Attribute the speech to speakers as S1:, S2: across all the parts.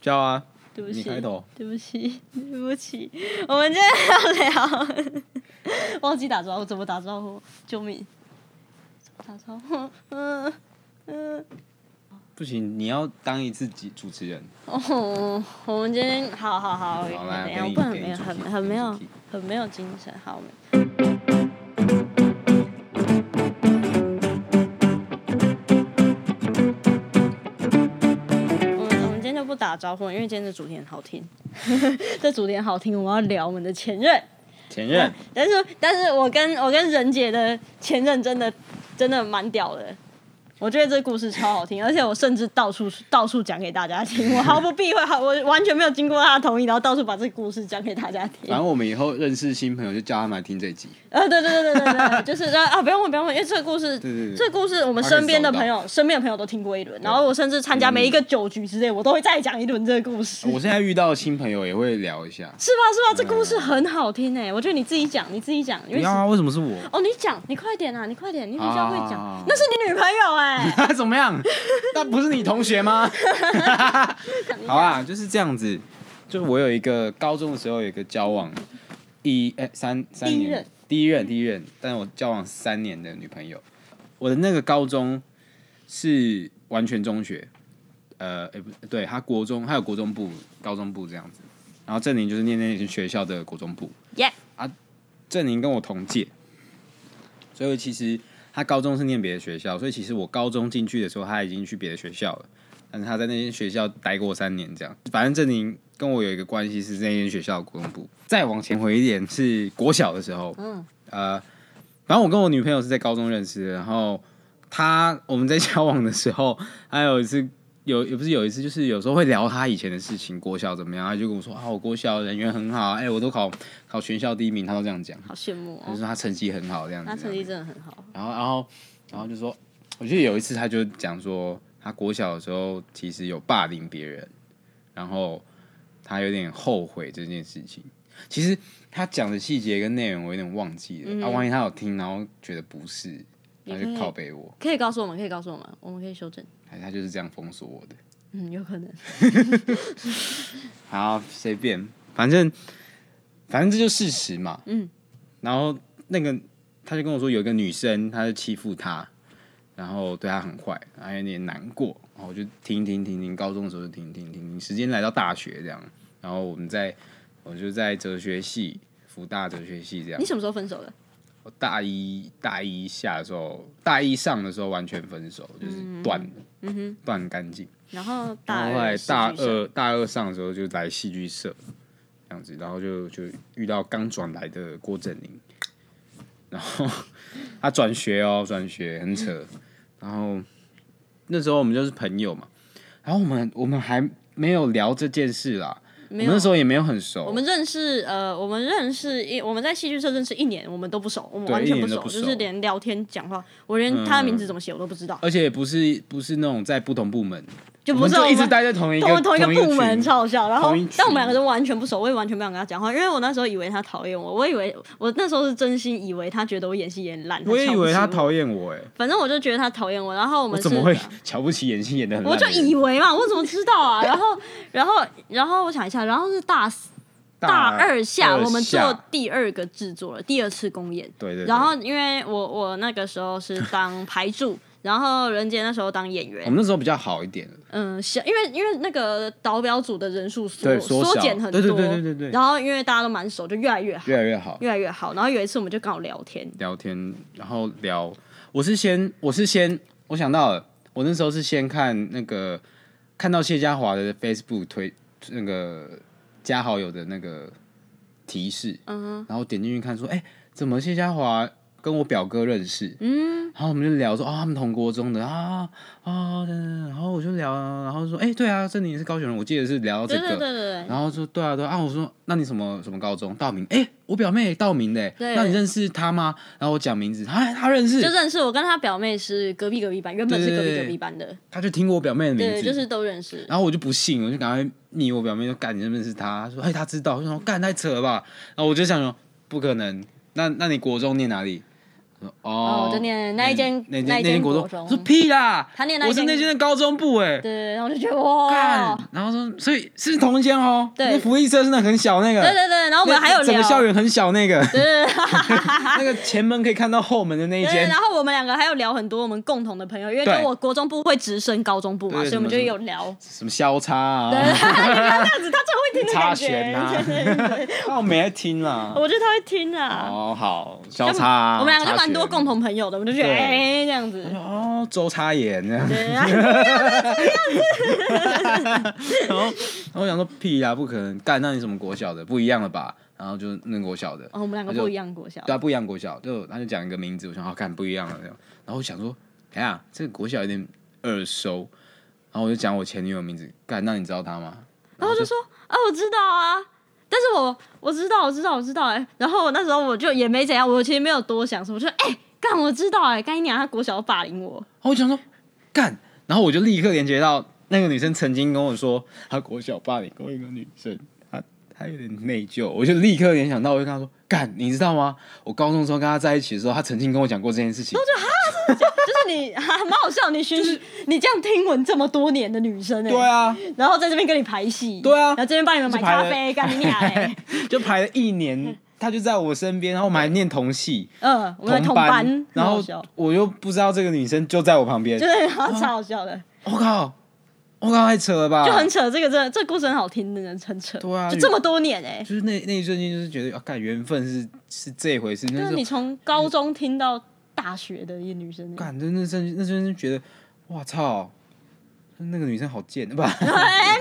S1: 叫啊，
S2: 对不
S1: 你
S2: 起，
S1: 开头。
S2: 对不起， 对不起，我们今天要聊， 忘记打招呼，怎么打招呼？救命！怎么打招呼？嗯嗯，
S1: 不行，你要当一次主主持人。
S2: 哦，我们今天好好好，
S1: 好来
S2: 等一
S1: 给
S2: 下，我
S1: 你
S2: 不然很
S1: 给你
S2: 没有，
S1: 主题
S2: 很
S1: 给你
S2: 很没有
S1: 主题，
S2: 很没有精神。好，我们我们我们今天就不打招呼了，因为今天的主题很好听， 这主题很好听，我们要聊我们的前任。
S1: 前任，
S2: 嗯但是，但是我跟我跟任姐的前任真的真的蛮屌的，我觉得这故事超好听，而且我甚至到处到处讲给大家 听，我毫不避讳，毫我完全没有经过他的同意，然后到处把这个故事讲给大家听
S1: 反。正我们以后认识新朋友就叫他们来听这集。
S2: 呃，对对对对对对，就是呃啊，不用问不用问，因为这个故事，
S1: 对对对
S2: 这个故事我们身边的朋友，身边的朋友都听过一轮，然后我甚至参加每一个酒局之类，我都会再讲一轮这个故事。
S1: 我现在遇到新朋友也会聊一下。
S2: 是吧是吧？这故事很好听哎、我觉得你自己讲，你自己讲，因为
S1: 不要啊，为什么是我？
S2: 哦，你讲，你快点啊，你快点，你比较会讲，
S1: 啊
S2: 那是你女朋友 哎、
S1: 怎么 样？那不是你同学吗？好啊，就是这样子。就我有一个高中的时候有一个交往一哎、三三
S2: 第一
S1: 年
S2: 任
S1: 第一任第一任，但我交往三年的女朋友，我的那个高中是完全中学，呃，哎、不对，他国中还有国中部、高中部这样子，然后郑宁就是念那间学校的国中部，啊
S2: 耶、
S1: 郑宁跟我同届，所以其实他高中是念别的学校，所以其实我高中进去的时候他已经去别的学校了，但是他在那间学校待过三年这样。反正郑宁跟我有一个关系是那间学校的国中部，再往前回一点是国小的时候，
S2: 嗯，
S1: 呃，反正我跟我女朋友是在高中认识的，然后她我们在交往的时候，还有一次有也不是有一次，就是有时候会聊她以前的事情，国小怎么样，她就跟我说啊，我国小人缘很好，哎、我都考考全校第一名，她都这样讲，
S2: 好羡慕
S1: 就
S2: 哦，
S1: 是啊她成绩很好这样子
S2: 他
S1: 这
S2: 成
S1: 样
S2: 绩
S1: 子，
S2: 真的很好，
S1: 然后然后然后就说，我记得有一次她就讲说，她国小的时候其实有霸凌别人，然后她有点后悔这件事情。其实他讲的细节跟内容我有点忘记了，
S2: 嗯
S1: 啊，万一他有听，然后觉得不是，
S2: 你
S1: 他
S2: 可以
S1: 就靠背我，
S2: 可以告诉我们，可以告诉我们，我们可以修正，
S1: 还是他就是这样封锁我的。
S2: 嗯，有可能，
S1: 好，随便，反正反正这就是事实嘛。
S2: 嗯，
S1: 然后那个他就跟我说，有一个女生，她就欺负他，然后对他很坏，然后有点难过。然后我就听听听听，高中的时候就听听听听，时间来到大学这样，然后我们在我就在哲学系，福大哲学系这样
S2: 你。什么时候分手的？
S1: 我大一大一下的时候，大一上的时候完全分手，就是断了
S2: 嗯哼，
S1: 断干净。
S2: 然后大
S1: 然后后来
S2: 二，
S1: 大
S2: 戏剧社
S1: 二大二上的时候就来戏剧社，这样子，然后就就遇到刚转来的郭振宁，然后他转学哦，转学很扯，然后那时候我们就是朋友嘛，然后我们我们还没有聊这件事啦，我
S2: 没
S1: 们
S2: 有
S1: 那。时候也没有很熟，
S2: 我们认识，呃，我们认识一，我们在戏剧社认识一年，我们都不熟，我们
S1: 对
S2: 完全
S1: 一
S2: 不
S1: 年
S2: 熟，
S1: 都不熟嗯
S2: 就是连聊天讲话，我连他的名字怎么写我都不知道，
S1: 而且不是不是那种在不同部门，
S2: 就
S1: 呃我们
S2: 不是
S1: 就一
S2: 我
S1: 直
S2: 们
S1: 待在同一个
S2: 同同一个部门，
S1: 群
S2: 超好笑。然后
S1: 同一群，
S2: 但我们两个都完全不熟，我也完全不想跟他讲话，因为我那时候以为他讨厌我，我以为我那时候是真心以为他觉得我演戏演烂，
S1: 我也以为他
S2: 瞧不起我，
S1: 讨厌我哎、
S2: 反正我就觉得他讨厌我。然后我
S1: 我
S2: 们是啊
S1: 怎么会瞧不起演戏演的很烂
S2: 我
S1: 的
S2: 就
S1: 人？
S2: 以为嘛，我怎么知道 啊？然后，然后，然后我想一下，然后是大四大二下，我们做
S1: 下
S2: 第二个制作了，第二次公演。
S1: 对对对
S2: 然后，因为我我那个时候是当排柱，然后任杰那时候当演员
S1: 我，们那时候比较好一点了，
S2: 嗯，小，因为因为那个导表组的人数缩
S1: 对缩小
S2: 减很多，
S1: 对对对对对对
S2: 然后因为大家都蛮熟，就越来越好，
S1: 越来越好。
S2: 越来越好。然后有一次我们就刚好聊天，
S1: 聊天，然后聊，我是先，我是先，我想到了，我那时候是先看那个，看到谢家华的 Facebook 推那个加好友的那个提示，
S2: 嗯
S1: 然后点进去看说，哎、怎么谢家华跟我表哥认识？
S2: 嗯，
S1: 然后我们就聊说，啊、他们同国中的啊啊，等等，然后我就聊，然后说，哎、对啊，这里也是高雄人，我记得是聊到这
S2: 对
S1: 个，
S2: 对对对对，
S1: 然后说对啊对啊，啊我说那你什么什么高中？道明，哎、我表妹也道明的、欸
S2: 对
S1: 那你认识她吗？然后我讲名字，她她认识，
S2: 就认识我跟他表妹是隔壁隔壁班，原本是隔
S1: 对对
S2: 壁
S1: 对
S2: 隔壁班的，
S1: 她就听过我表妹的名
S2: 对，
S1: 字，
S2: 就是都认识。
S1: 然后我就不信，我就赶快密我表妹，说干你认不认识她？她说哎她知道，我就想说干太扯了吧，然后我就想说不可能，那那你国中念哪里？哦，
S2: 我就念那一间
S1: 那
S2: 那
S1: 间
S2: 一间
S1: 间
S2: 国
S1: 国
S2: 中
S1: 说屁啦，
S2: 他念那一
S1: 我是
S2: 间
S1: 那间的高中部哎，
S2: 对，然后我就觉得哇
S1: 干，，然后说所以是同一间哦，
S2: 对
S1: 那福利社是那很小那个，
S2: 对对对，然后我们还有
S1: 那整
S2: 聊
S1: 个，校园很小那 个，
S2: 对对对
S1: 那个前门可以看到后门的那一
S2: 对，
S1: 间
S2: 然，后我们两个还有聊很多我们共同的朋友，因为
S1: 对
S2: 就我国中部会直升高中部嘛，
S1: 对
S2: 所以我们
S1: 什
S2: 就
S1: 么
S2: 有聊。
S1: 什么交叉 啊，
S2: 这样子他最会听的
S1: 插
S2: 感
S1: 弦
S2: 觉，
S1: 啊
S2: 对对对，
S1: 那我没在听啦。
S2: 我觉得他会听啊。
S1: 哦，好，
S2: 就
S1: 交叉啊，
S2: 我们两个就
S1: 插
S2: 蛮
S1: 弦
S2: 多共同朋友的，我们就觉得
S1: 对
S2: 哎这样子，
S1: 哦，周插眼 这样，
S2: 对啊，
S1: 然后然后我想说屁啦，不可能，干，那你什么国小的不一样了吧？然后就那国小的，
S2: 哦我们两个
S1: 他就
S2: 不一样国小，
S1: 对啊，不一样国小，就他就讲一个名字，我想好看不一样了这样，然后我想说，哎呀，这个国小有点耳熟，然后我就讲我前女友的名字，干，那你知道她吗？
S2: 然后我就说啊，我知道啊，但是我我知道，我知道，我知道哎、然后我那时候我就也没怎样，我其实没有多想什么，我就哎、干我知道哎、干你娘，他国小霸凌我，
S1: 然后我就想说干，然后我就立刻连接到那个女生曾经跟我说，她国小霸凌过一个女生，她她有点内疚，我就立刻联想到，我就跟她说，干，你知道吗？我高中的时候跟她在一起的时候，她曾经跟我讲过这件事情，
S2: 就是你还蛮好笑，你寻、你这样听闻这么多年的女生哎、
S1: 对啊，
S2: 然后在这边跟你排戏，
S1: 对啊
S2: 然后这边帮你们买
S1: 就排
S2: 咖
S1: 了
S2: 啡，干你娘哎、
S1: 就排了一年，她就在我身边，然后我们还念同系。
S2: 嗯，我们的同班，
S1: 然
S2: 很好
S1: 后
S2: 笑
S1: 我又不知道这个女生就在我旁边
S2: 就，是好超好笑的，
S1: 我靠，我靠，太扯了吧！
S2: 就很扯，这个真的这个故事很好听，真的很扯，
S1: 啊对啊
S2: 就这么多年哎、
S1: 就是那那一瞬间，就是觉得啊，干缘分是是这回事，
S2: 就
S1: 那
S2: 是你
S1: 是
S2: 从高中听到大学的一个女生、哎
S1: 干，真的瞬那瞬间就觉得，哇操，那个女生好贱， 不，
S2: 哎，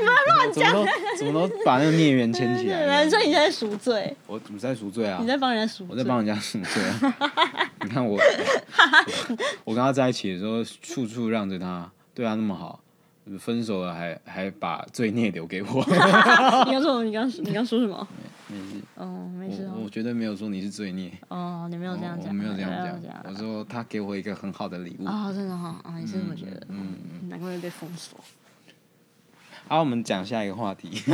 S1: 怎么都怎么都把那个孽缘牵
S2: 对
S1: 起
S2: 对
S1: 来
S2: 对，。所以你在赎罪，
S1: 我我在赎罪啊
S2: 你，在帮人家赎
S1: 我
S2: 罪
S1: 在。帮人家赎罪啊。 你看我，我跟他在一起的时候，处处让着他，对他那么好，分手了还还把罪孽留给我。
S2: 你刚说什么？你刚你刚说什么？
S1: 没事，
S2: 哦，没事
S1: 我我绝对没有说你是罪孽。
S2: 哦，你没有这样
S1: 我我
S2: 讲，
S1: 没有这样
S2: 你没有
S1: 讲，我说他给我一个很好的礼物。好、
S2: 哦，真的哈，啊，你是这么觉得，嗯，难怪会被封锁。
S1: 我们讲下一个话题。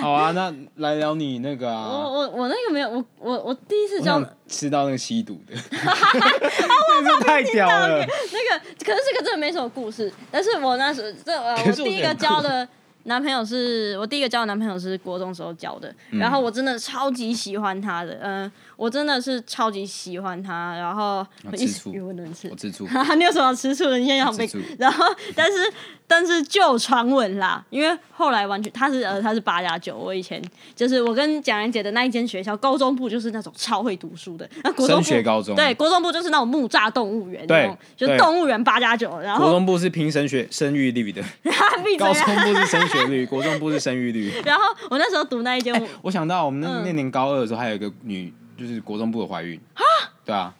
S1: 好啊，那来聊你那个
S2: 我
S1: 啊，
S2: 我我那个没有，我我我第一次
S1: 我
S2: 交
S1: 想吃到那个吸 毒的，那个太屌了。
S2: 那个，可是这个真的没什么故事。但是我那时候这 呃，
S1: 可
S2: 我
S1: 是我
S2: 第一
S1: 觉得
S2: 个交的男朋友是我第一个交的男朋友是国中时候交的，
S1: 嗯
S2: 然后我真的超级喜欢他的，嗯、我真的是超级喜欢他，然后
S1: 要
S2: 我
S1: 吃
S2: 一时
S1: 醋
S2: 语无伦次
S1: 我。吃醋，
S2: 哈哈， 你有什么吃醋的？你现在想被
S1: 吃醋？
S2: 然后，但是但是就有传闻啦，因为后来完全他是呃他是八加九，我以前就是我跟蒋然姐的那一间学校，高中部就是那种超会读书的，那国中部
S1: 升学高中
S2: 对国中部就是那种木栅动物园，
S1: 对
S2: 那种就是
S1: 对
S2: 动物园八加九，然
S1: 国
S2: 后
S1: 中部是拼升学生育率的，
S2: 他闭嘴
S1: 高
S2: 啊，
S1: 中部是升学率， 国中部是生育 率。
S2: 然后我那时候读那一间，我
S1: 我想到我们那
S2: 嗯
S1: 那年高二的时候，还有一个女，就是国中部的怀孕。对啊。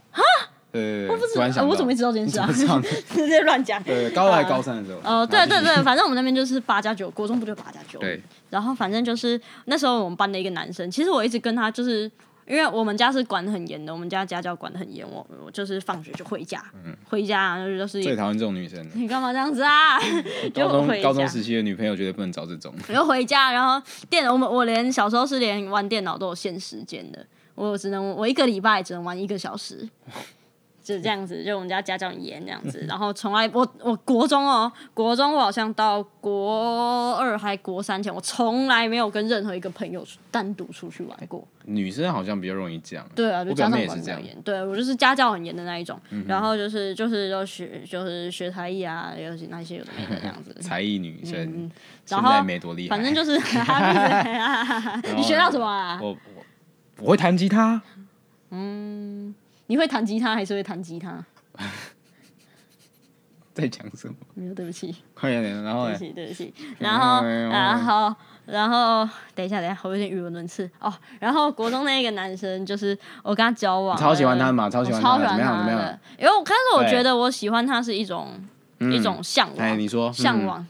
S1: 对对
S2: 不
S1: 对，
S2: 知
S1: 突然
S2: 道，
S1: 想到，
S2: 我怎么会知道这件事啊？
S1: 你怎么知
S2: 直接乱讲。
S1: 对，高二还高三的时候。
S2: 呃，对对
S1: 然后
S2: 对，反正我们那边就是八加九，国中部就八加九。
S1: 对。
S2: 然后反正就是那时候我们班的一个男生，其实我一直跟他就是。因为我们家是管得很严的，我们家家教管得很严，我我就是放学就回家，回家、啊、那就
S1: 就是嗯最
S2: 是
S1: 讨厌这种女生了。
S2: 你干嘛这样子啊？ 就
S1: 高中
S2: 回家
S1: 高中时期的女朋友绝对不能找这种。
S2: 我就回家，然后电我们我连小时候是连玩电脑都有限时间的，我只能我一个礼拜只能玩一个小 时，就这样子，就我们家家教很严这样子，然后从来我我国中哦，国中我好像到国二还国三前，我从来没有跟任何一个朋友单独出去玩过。
S1: 女生好像比较容易这样。
S2: 对啊，就
S1: 我
S2: 家
S1: 表
S2: 长
S1: 妹也
S2: 管
S1: 是
S2: 比
S1: 这
S2: 较
S1: 样。。
S2: 严，对我就是家教很严的那一种，然后就是就是要学就是学才艺啊，有那些有的没的这样子
S1: 才艺女生，现
S2: 然后
S1: 在没多厉害。
S2: 嗯反正就是， 你学到什么啊？
S1: 我我我会弹吉他，
S2: 你会弹吉他还是会弹吉他？
S1: 在讲什么？
S2: 没有，对不起，
S1: 快点，然后哎
S2: 对
S1: 嘞
S2: 不起，对不起。然后，然后，然后，等一下，等一下，我有点语无伦次哦。然后国中那一个男生，就是我跟他交往，
S1: 超喜欢他的嘛
S2: 我
S1: 超喜欢
S2: 超
S1: 他
S2: 喜
S1: 的
S2: 欢
S1: 怎么样
S2: 他
S1: 怎么样
S2: 的。因为我开始我
S1: 对
S2: 觉得我喜欢他是一种一种向
S1: 哎，
S2: 往，
S1: 你说
S2: 向，往。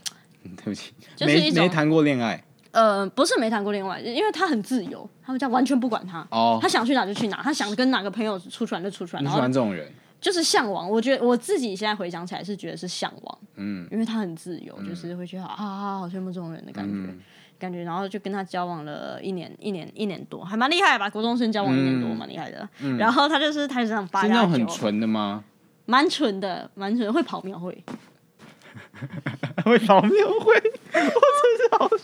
S1: 嗯对不起，
S2: 就是一
S1: 没
S2: 种
S1: 没谈过恋爱
S2: 呃，不是没谈过恋爱，因为他很自由，他们家完全不管他。
S1: 哦
S2: 他。想去哪就去哪，他想跟哪个朋友出去玩就出去玩，
S1: 你
S2: 然
S1: 喜
S2: 后
S1: 欢这种人？
S2: 就是向往。我觉得我自己现在回想起来是觉得是向往，
S1: 嗯，嗯
S2: 因为他很自由，就是会觉得啊，好羡慕这种人的感觉。感觉，然后就跟他交往了一年一年一年多，还蛮厉害的吧？国中生交往一年多，蛮厉害的。然后他就是他就这样
S1: 嗯
S2: 发
S1: 是那
S2: 家
S1: 种很
S2: 酒，
S1: 纯的吗？
S2: 蛮蠢的，蛮蠢的，会跑庙会。
S1: 会老庙会， 我真是好，我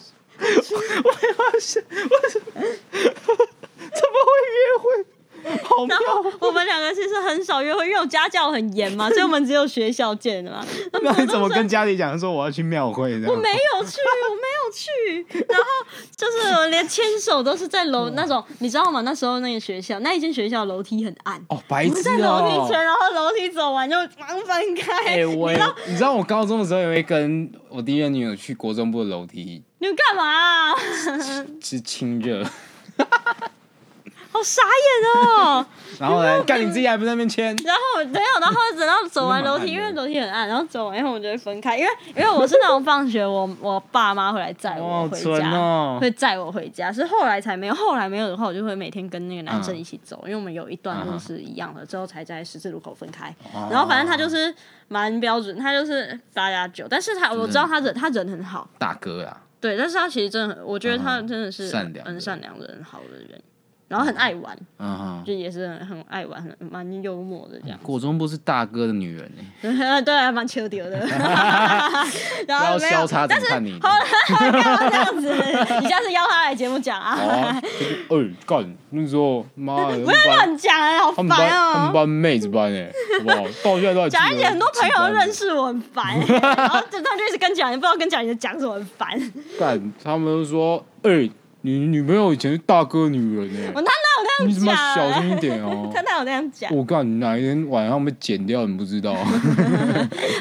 S1: 也发现，我怎么会约会？好
S2: 然后我们两个其实很少约会，因为我家教很严嘛，所以我们只有学校见的嘛。
S1: 那你怎么跟家里讲说我要去庙会这
S2: 我
S1: 样？
S2: 没有去，我没有去。然 后就是我连牵手都是在楼那种，你知道吗？那时候那个学校，那一间学校楼梯很暗，
S1: 哦，白
S2: 我们
S1: 痴
S2: 在楼
S1: 哦
S2: 梯！圈，然后楼梯走完就忙分开。
S1: 哎，我也你知道我高中的时候也会跟我第一任女友去国中部的楼梯
S2: 你们干嘛啊、
S1: 吃亲热，
S2: 好傻眼哦！
S1: 然后呢，干你自己还不在那边签，
S2: 然后没有，然后等到走完楼梯，
S1: 真的蛮暗的
S2: 因为楼梯很暗，然后走完以后我们就会分开，因为因为我是那种放学我我爸妈会来载我
S1: 哦，
S2: 回
S1: 纯
S2: 家，
S1: 哦，
S2: 会载我回家，是后来才没有，后来没有的话，我就会每天跟那个男生一起走，
S1: 嗯
S2: 因为我们有一段路是一样的，之后才在十字路口分开。
S1: 哦
S2: 然后反正他就是蛮标准，他就是八加九，但是他我知道他
S1: 嗯
S2: 人他人很好，
S1: 大哥啊啦，
S2: 对，但是他其实真的很，我觉得他真的是
S1: 嗯善良的
S2: 很善良的人，好的人，然后很爱玩，
S1: 嗯哼，
S2: 就也是很很爱玩，很蛮幽默的这样，
S1: 国中部是大哥的女人欸呢，
S2: 对，还蛮秋 丢的，然
S1: 不
S2: 后
S1: 要
S2: 没有
S1: 消叉怎么看你？
S2: 这样子， 你下次邀他来节目讲啊。
S1: 哦，哎，干那时候妈的，不
S2: 乱讲啊，好
S1: 他们班
S2: 烦
S1: 他们
S2: 哦、
S1: 班妹子班哎，好不 好？到现在都还记得
S2: 讲一姐很多朋友都认
S1: 几
S2: 识我很烦、然后就他们就一直跟讲，也不知道跟讲姐讲什么很烦。
S1: 班，干他们都说哎，你女朋友以前是大哥女人
S2: 我
S1: 哎，
S2: 他哪有那
S1: 你他
S2: 样
S1: 妈
S2: 讲、啊
S1: 小心一点哦
S2: 他。哪有那样讲？
S1: 我告诉你，哪一天晚上被剪掉，你不知 道。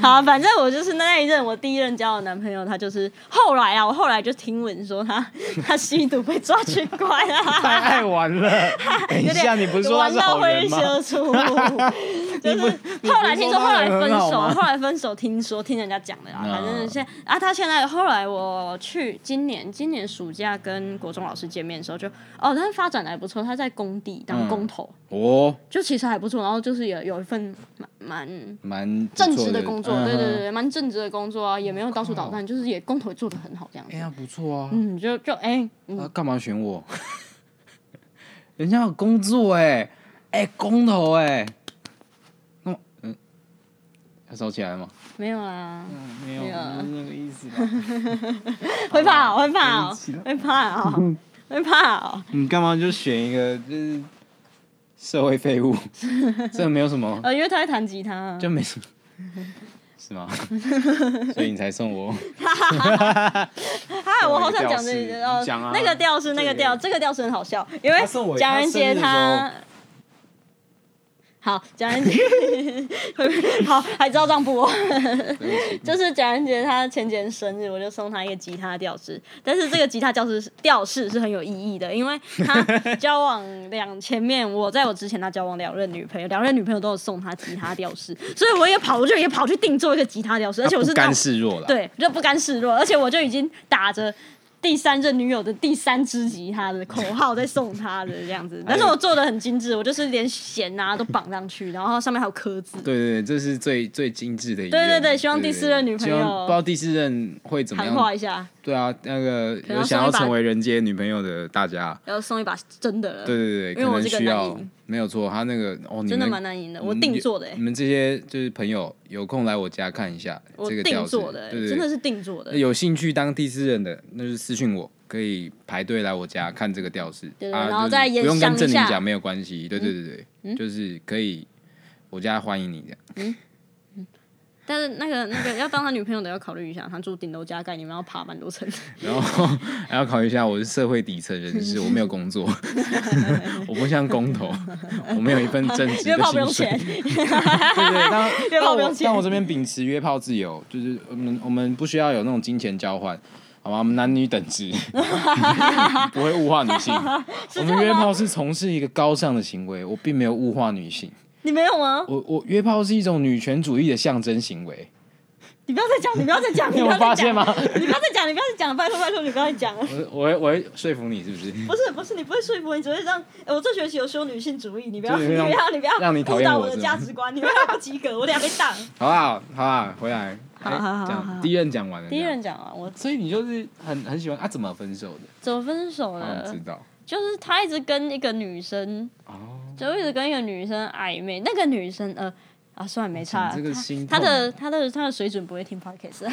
S2: 好，反正我就是那一任我第一任交的男朋友，他就是后来啊，我后来就听闻说他他吸毒被抓去关
S1: 太
S2: 啊，
S1: 爱玩了。哎等一下，你不是说他
S2: 玩
S1: 是
S2: 到
S1: 好
S2: 会
S1: 人吗？
S2: 社畜。 就是
S1: 你
S2: 后来
S1: 不是
S2: 听
S1: 说
S2: 说，后
S1: 他
S2: 来
S1: 人
S2: 分
S1: 很好
S2: 手，
S1: 吗
S2: 后来分手，听说听人家讲的啦。
S1: 啊
S2: 反正现在啊，他现在后来我去今年今年暑假跟国中老师见面的时候就，哦，他发展的还不错，他在工地当工头，
S1: 哦，
S2: 就其实还不错，然后就是有有一份蛮蛮。
S1: 蛮不错
S2: 正职的工作，对对对。
S1: 嗯
S2: 对，蛮正职的工作啊，也没有到处捣蛋，就是也工头做的很好这样
S1: 哎
S2: 子。
S1: 呀，不错啊，
S2: 嗯，就就哎，嗯
S1: 他干嘛选我？人家有工作哎，哎，工头哎，那嗯，要收起来吗？
S2: 没有啦，
S1: 嗯没有，
S2: 没有啊
S1: 不是那个意思 吧。
S2: 会怕哦，会怕哦
S1: 对不起啦，
S2: 会怕哦，会怕哦，
S1: 你干嘛就选一个就是社会废 物？这没有什么，
S2: 呃，因为他在弹吉他啊。
S1: 就没 什么，是吗？ 所以你才送 我。
S2: 嗨，我好想
S1: 调
S2: 讲这
S1: 式
S2: 个哦
S1: 你讲啊，
S2: 那个调是那个调，这个调是很好笑，因为
S1: 他送我
S2: 蒋仁杰
S1: 他生日的时
S2: 他。好，蒋仁杰，好，还知道让步哦。就是蒋仁杰他前几天生日，我就送他一个吉他吊饰，但是这个吉他吊饰是吊饰是很有意义的，因为 他交往两前面，我在我之前他交往两任女朋友，两任女朋友都有送他吉他吊饰，所以我也跑，我就也跑去定做一个吉他吊饰，而且我是
S1: 不
S2: 那种
S1: 甘示弱了。
S2: 对，就不甘示弱，而且我就已经打着第三任女友的第三支吉他的口号在送她的这样
S1: 哎
S2: 子，但是我做的很精致，我就是连弦啊都绑上去，然后上面还有刻字。
S1: 对对对，这是最最精致的一任。
S2: 对对对希望第四任女朋友
S1: 希望不知道第四任会怎么
S2: 喊话
S1: 样。
S2: 一下，
S1: 对啊，那个
S2: 能
S1: 有想要
S2: 送一把
S1: 成为人间女朋友的大家，
S2: 然后送一把真的了，
S1: 对对对，
S2: 因为
S1: 可
S2: 我
S1: 能
S2: 这个
S1: 需
S2: 难
S1: 要
S2: 赢
S1: 没有错。他那个哦，你
S2: 真的
S1: 们
S2: 蛮难赢的，
S1: 你
S2: 我
S1: 们
S2: 定做的、欸
S1: 你，们这些就是朋友，有空来我家看一下
S2: 我
S1: 这个
S2: 定
S1: 调子
S2: 做的、欸，
S1: 对对，哎
S2: 真的
S1: 是
S2: 是定做的、
S1: 有兴趣当第四任的，那就私信我，可以排队来我家看这个调式。
S2: 对对
S1: 啊
S2: 然
S1: 就
S2: 后
S1: 是
S2: 再延
S1: 不用
S2: 上
S1: 跟
S2: 一
S1: 正林
S2: 下嗯
S1: 讲，没有关系。对对对对，就是可以，我家欢迎你的。
S2: 但是那个那个要当他女朋友的要考虑一下，他住顶楼加盖，你们要爬蛮多层。
S1: 然后还要考虑一下，我是社会底层人士，我没有工 作，我不像工头，我没有一份正职
S2: 约
S1: 的
S2: 炮不用
S1: 薪水
S2: 钱。，
S1: 对对，当
S2: 约炮
S1: 但
S2: 不用
S1: 我
S2: 钱
S1: 但我这边秉持约炮自由，就是我们我们不需要有那种金钱交换。好吧，我们男女等 值，不会物化女性。我们约炮是从事一个高尚的行为，我并没有物化女性。
S2: 你没有吗？
S1: 我我约炮是一种女权主义的象征行为，
S2: 你不要再讲，你不要 再讲，你
S1: 你有
S2: 不
S1: 没
S2: 要
S1: 有发
S2: 再
S1: 现
S2: 讲，
S1: 吗？
S2: 你不要再讲，你不要再讲，拜托拜托，你不要再讲了。
S1: 我我会我会说服你，是不是？
S2: 不是不是，你不会说服我，你只会让、哎我这学期有修女性主义，你不要
S1: 就
S2: 你
S1: 是
S2: 不
S1: 让
S2: 要你不要
S1: 让你讨
S2: 误
S1: 厌
S2: 导
S1: 我
S2: 的
S1: 是吗
S2: 价值观，你会让我及格，我俩被当。
S1: 啊好不好？好不好？回来，哎，
S2: 好好
S1: 这
S2: 好好
S1: 样第一任讲完了，
S2: 第一任，讲完，我
S1: 所以你就是很很喜欢啊？怎么分手的？
S2: 怎么分手
S1: 我想
S2: 了
S1: 知？道
S2: 就是他一直跟一个女生，
S1: 哦，
S2: 就一直跟一个女生暧昧。那个女生，呃，啊，算了，没
S1: 讲
S2: 差了。
S1: 这个心
S2: 他
S1: 痛
S2: 的他的他的水准不会听 podcast，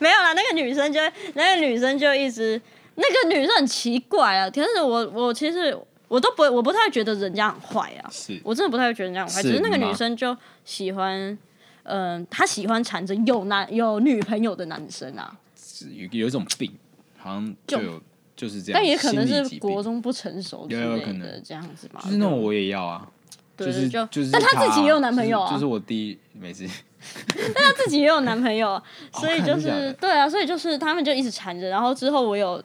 S2: 没有啦。那个女生就那个女生就一直那个女生很奇怪啊。可是我我其实我都不会我不太觉得人家很坏啊，
S1: 是
S2: 我真的不太会觉得人家很坏。
S1: 是
S2: 只是那个
S1: 吗
S2: 女生就喜欢，嗯、她喜欢缠着有男有女朋友的男生啊，
S1: 是有有一种病，好像就有就是这样，
S2: 但也可能
S1: 啊心理
S2: 是
S1: 疾病
S2: 国中不成熟之
S1: 有有
S2: 类
S1: 可
S2: 的
S1: 能
S2: 这样子嘛。
S1: 就是那种我也要啊，
S2: 对
S1: 就
S2: 对
S1: 是
S2: 就
S1: 就是，
S2: 但她自己也有男朋友啊
S1: 就是就是我第一没事，
S2: 她自己也有男朋友，所以就
S1: 真的假
S2: 是
S1: 的
S2: 对啊，所以就是他们就一直缠着，然后之后我有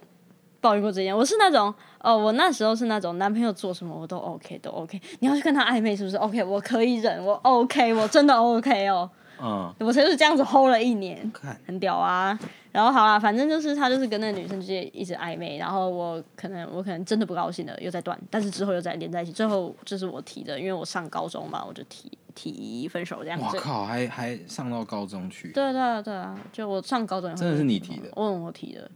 S2: 抱怨过这件，我是那种哦，我那时候是那种男朋友做什么我都 OK 都 OK，你要去跟他暧昧是不是 OK？我可以忍，我 OK，我真的 OK 哦，
S1: 嗯，
S2: 我就是这样子 hold 了一年，
S1: 看
S2: 很屌啊。然后好啦，反正就是他就是跟那个女生直接一直暧昧，然后我可能我可能真的不高兴了，又再断，但是之后又再连在一起，最后这是我提的，因为我上高中嘛，我就提提分手这样
S1: 哇
S2: 子。
S1: 靠，还还上到高中去，
S2: 对啊对啊对啊，就我上高中也会
S1: 真的是你提的
S2: 我问我提的，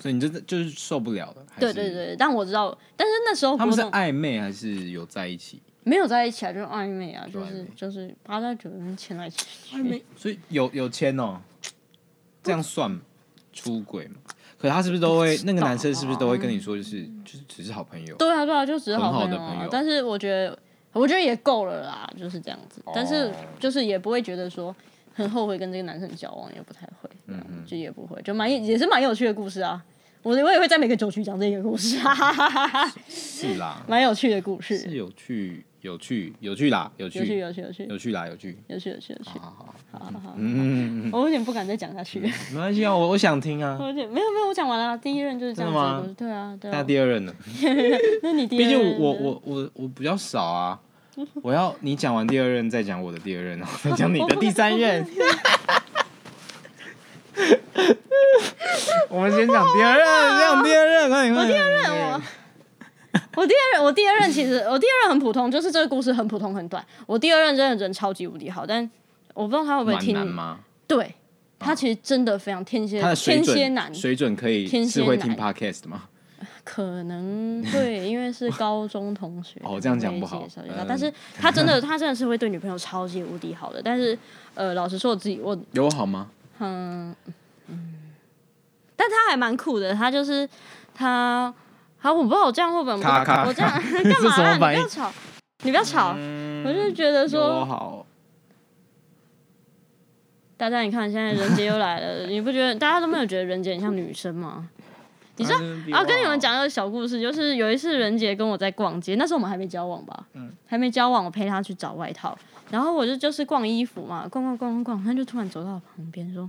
S1: 所以你真的就是受不了了，还
S2: 对
S1: 是
S2: 对，对，但我知道，但是那时候
S1: 他们
S2: 国
S1: 是
S2: 中
S1: 暧昧还是有在一起？
S2: 没有在一起啊，就是暧昧啊，就
S1: 暧
S2: 是
S1: 昧
S2: 就是八在九跟前来前去，
S1: 所以有有签哦，这样算出轨吗？可他是不是啊都会那个男生是不是都会跟你说，就是就是只是好朋友？
S2: 对啊对啊，就只是
S1: 很好
S2: 朋
S1: 的
S2: 友啊，
S1: 朋友
S2: 但是我觉得我觉得也够了啦，就是这样子，但是
S1: 哦
S2: 就是也不会觉得说很后悔跟这个男生交往，也不太会，嗯
S1: 哼
S2: 就也不会，就蛮也是蛮有趣的故事啊。我我也会在每个酒局讲这个故事，哈哈哈哈哈哈，
S1: 是啦，
S2: 蛮有趣的故
S1: 是
S2: 事，
S1: 有趣有趣有趣啦，有
S2: 有趣
S1: 趣
S2: 有趣有趣
S1: 有趣啦，有趣。
S2: 有趣有趣有趣，
S1: 好好，
S2: 好好 好，
S1: 嗯，
S2: 我有点不敢再讲下去了。
S1: 没关系啊，我我想听啊。
S2: 我就没有没有，我讲完了啊。第一任就是这样子
S1: 真的
S2: 的
S1: 吗
S2: 故事，对啊对
S1: 那
S2: 啊。
S1: 第二任呢？
S2: 那你第二
S1: 毕竟
S2: 任
S1: 我我我我我比较少啊，我要你讲完第二任再讲我的第二任， 然后再讲你的第三任。 我们先讲第二任，先讲第二任，快点快点！第二
S2: 任我 我第二任我第二任其实我第二任很普通，就是这个故事很普通很短。我第二任真的人超级无敌好，但我不知道他会不会
S1: 蛮
S2: 听
S1: 难
S2: 你。
S1: 吗？哦
S2: 对他其实真的非常天蝎
S1: 他的水
S2: 天蝎男
S1: 准，水准可以
S2: 天蝎
S1: 是会听
S2: 男
S1: podcast 吗？
S2: 可能会因 为是高中同学。
S1: 哦这样讲不好
S2: 会介绍一下
S1: 嗯
S2: 但是他真的他真的是会对女朋友超级无敌好的。但是呃，老实说我自己我
S1: 有好吗？
S2: 嗯，嗯，但他还蛮酷的，他就是他，好，我不知道我这样会不会，
S1: 咔咔
S2: 我这样
S1: 这什么
S2: 干嘛
S1: 反
S2: 啦？啊你
S1: 应嗯
S2: 不要吵，你不要吵，我就觉得
S1: 有啊
S2: 说，
S1: 好，
S2: 大家你看现在人杰又来了，你不觉得大家都没有觉得人杰很像女生吗？你知道
S1: 嗯
S2: 啊，跟
S1: 哦
S2: 你们讲一个小故事，就是有一次人杰跟我在逛街，那时候我们还没交往吧，
S1: 嗯
S2: 还没交往，我陪他去找外套，然后我就就是逛衣服嘛，逛逛逛逛逛，他就突然走到我旁边说，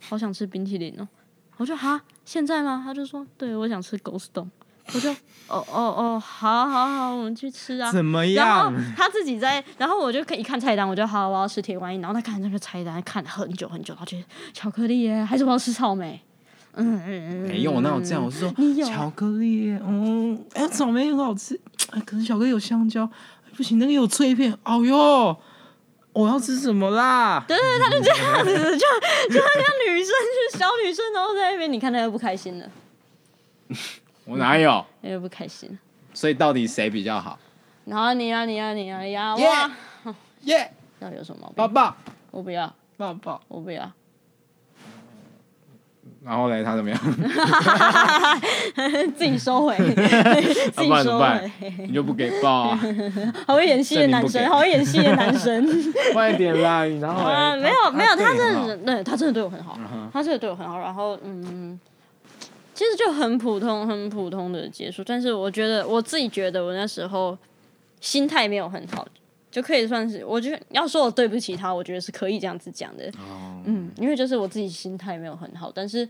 S2: 好想吃冰淇淋哦，我就哈，现在吗？他就说，对，我想吃 Ghost Dog，我就哦哦哦，好好好，我们去吃啊，
S1: 怎么
S2: 然后
S1: 样？
S2: 他自己在，然后我就可以看菜单，我就好，我要吃铁观音。然后他看那个菜单，看了很久很久，他觉得巧克力耶，还是我要吃草莓。嗯嗯嗯，嗯
S1: 没有，哪有这样？我是说
S2: 嗯你有
S1: 巧克力耶，哦，哎，草莓很好吃，哎，可是巧克力有香蕉，哎不行，那个有脆片，哦哟，我要吃什么啦？
S2: 对对，对他就这样子，就就像女生，就是小女生，然后在那边，你看他又不开心了，
S1: 我哪有？
S2: 他又不开心了。
S1: 所以到底谁比较好？
S2: 然后你啊你啊你啊你啊，
S1: 耶
S2: 哇，
S1: 耶，
S2: 到底有什么
S1: 抱
S2: 毛病？
S1: 抱
S2: 我不要，
S1: 抱抱。
S2: 我不要。
S1: 然后嘞，他怎么样？
S2: 自己 收回，自己
S1: 啊
S2: 哎
S1: 要不然怎
S2: 收
S1: 么办
S2: 回，
S1: 你就不给抱 啊？
S2: 好会演戏的
S1: 证明
S2: 男
S1: 不
S2: 生，
S1: 给
S2: 好会演戏的男生。
S1: 快点啦！你然后嘞
S2: 啊，没有没有，他
S1: 哎对你
S2: 真
S1: 很
S2: 的
S1: 好
S2: 人对他真的对我很好，他真的对我很好。然后嗯，其实就很普通很普通的结束，但是我觉得我自己觉得我那时候心态没有很好，就可以算是我觉得要说我对不起他，我觉得是可以这样子讲的。
S1: 哦
S2: 嗯，因为就是我自己心态没有很好，但是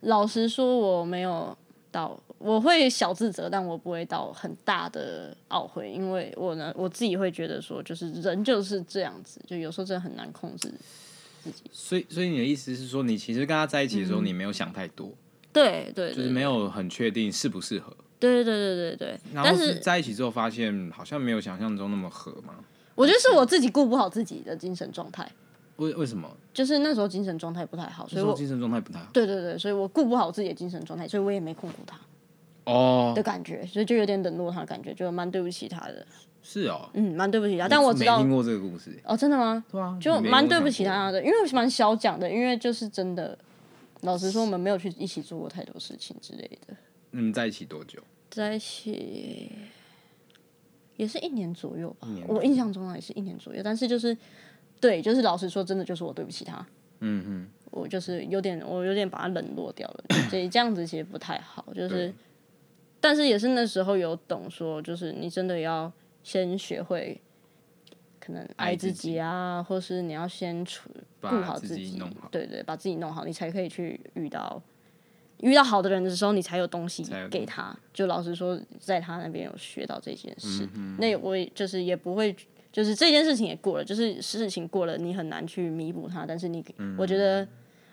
S2: 老实说我没有到，我会小自责，但我不会到很大的懊悔，因为我呢我自己会觉得说，就是人就是这样子，就有时候真的很难控制。
S1: 所以，所以你的意思是说，你其实跟他在一起的时
S2: 嗯
S1: 候，你没有想太多，
S2: 对对
S1: 就是
S2: 对
S1: 没有很确定适不适合。
S2: 对对对对对对，
S1: 然
S2: 但
S1: 后
S2: 是
S1: 在一起之后发现，好像没有想象中那么合嘛。
S2: 我觉得是我自己顾不好自己的精神状态，
S1: 为为什么？
S2: 就是那时候精神状态不太好，所
S1: 那
S2: 以
S1: 时候
S2: 我
S1: 精神状态不太好。
S2: 对对对，所以我顾不好自己的精神状态，所以我也没控过他
S1: 哦
S2: 的，感觉，所以就有点冷落他的感觉，就蛮对不起他的，
S1: 是哦，
S2: 嗯，蛮对不起他。但我知道
S1: 没听过这个故事，
S2: 哦，真的吗？
S1: 对啊，
S2: 就
S1: 你没
S2: 蛮
S1: 跟
S2: 对
S1: 我
S2: 不
S1: 讲
S2: 起
S1: 过。
S2: 他的，因为蛮小讲的，因为就是真的，老实说，我们没有去一起做过太多事情之类的，
S1: 你们在一起多久？
S2: 在一起也是一年左右吧，
S1: 年
S2: 我印象中啊也是一年左右，但是就是对，就是老实说，真的就是我对不起他，
S1: 嗯嗯，
S2: 我就是有点，我有点把他冷落掉了，所以这样子其实不太好。就是
S1: 对，
S2: 但是也是那时候有懂说，就是你真的要先学会，可能爱
S1: 爱自
S2: 自己啊，或是你要先处顾
S1: 把
S2: 好
S1: 自己
S2: 己
S1: 弄好，
S2: 对对，把自己弄好，你才可以去遇到遇到好的人的时候，你才有东西
S1: 才有东西
S2: 给他。就老实说，在他那边有学到这件事，
S1: 嗯
S2: 那我也就是也不会。就是这件事情也过了，就是事情过了，你很难去弥补它。但是你，我觉得，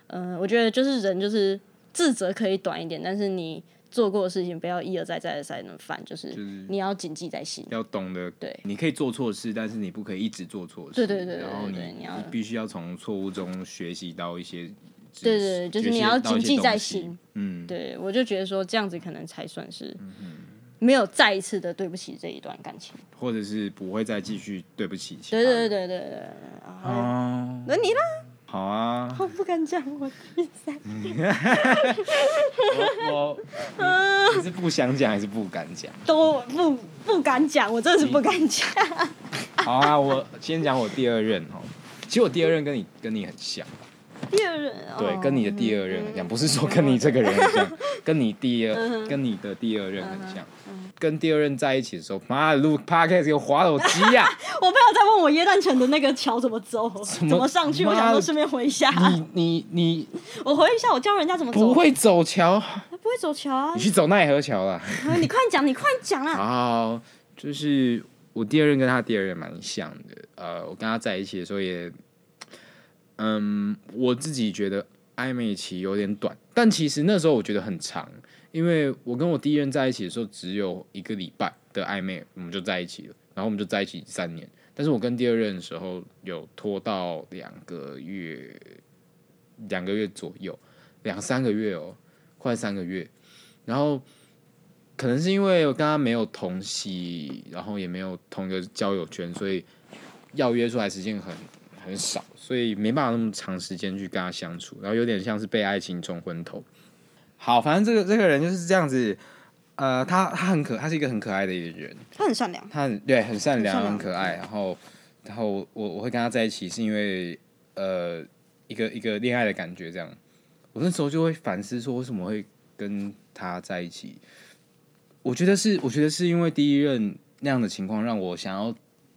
S2: 嗯、我觉得就是人就是自责可以短一点，但是你做过的事情不要一而再再而三的犯，就是你要谨记在心。
S1: 要懂得
S2: 对，
S1: 你可以做错事，但是你不可以一直做错事。
S2: 对对对对
S1: 然后
S2: 对你
S1: 你
S2: 要
S1: 你必须要从错误中学习到一些知识，
S2: 对对对就是
S1: 学习
S2: 你要
S1: 到一
S2: 谨
S1: 些
S2: 记在
S1: 东西
S2: 心。
S1: 嗯，
S2: 对我就觉得说这样子可能才算是没有再一次的对不起这一段感情。
S1: 或者是不会再继续对不起其他
S2: 对
S1: 人。
S2: 对对对对对，啊，
S1: 哦，
S2: 轮你啦，
S1: 好啊，
S2: 我不敢讲我第三。
S1: 我我你你是不想讲还是不敢讲？
S2: 都不不敢讲，我真的是不敢讲。
S1: 好啊，我先讲我第二任哦。其实我第二任跟你跟你很像，
S2: 第二人哦嗯
S1: 对，跟你的第二任很像，不是说跟你这个人很 像，跟你第二跟你的第二任很像。
S2: 嗯
S1: 跟第二任在一起的时候，妈的录 podcast 有滑手机啊呀、
S2: 我朋友在问我耶诞城的那个桥怎么走， 怎
S1: 么
S2: 么上去，我想
S1: 妈
S2: 说
S1: 的
S2: 顺便回一下，
S1: 你你你
S2: 我回一下，我教人家怎么走。
S1: 不，会走桥，
S2: 不会走桥啊
S1: 你！去走奈何桥啦。
S2: 啊你快讲，你快讲啊啦！
S1: 好，就是我第二任跟他第二任蛮像的。呃，我跟他在一起的时候也，嗯，我自己觉得暧昧期有点短，但其实那时候我觉得很长，因为我跟我第一任在一起的时候只有一个礼拜的暧昧，我们就在一起了，然后我们就在一起三年。但是我跟第二任的时候有拖到两个月，两个月左右，两三个月哦，快三个月。然后可能是因为我跟他没有同系，然后也没有同一个交友圈，所以要约出来时间很很少，所以没办法那么长时间去跟他相处，然后有点像是被爱情冲昏头。好，反正这个这个人就是这样子，呃，他他很可，他是一个很可爱的一个人，
S2: 他很善良，
S1: 他很对，很善良，
S2: 很善
S1: 很
S2: 良
S1: 可爱。然后，然后我我我会跟他在一起，是因为呃，一个一个恋爱的感觉这样。我那时候就会反思说，为什么会跟他在一起？我觉得是，我觉得是因为第一任那样的情况，让我想要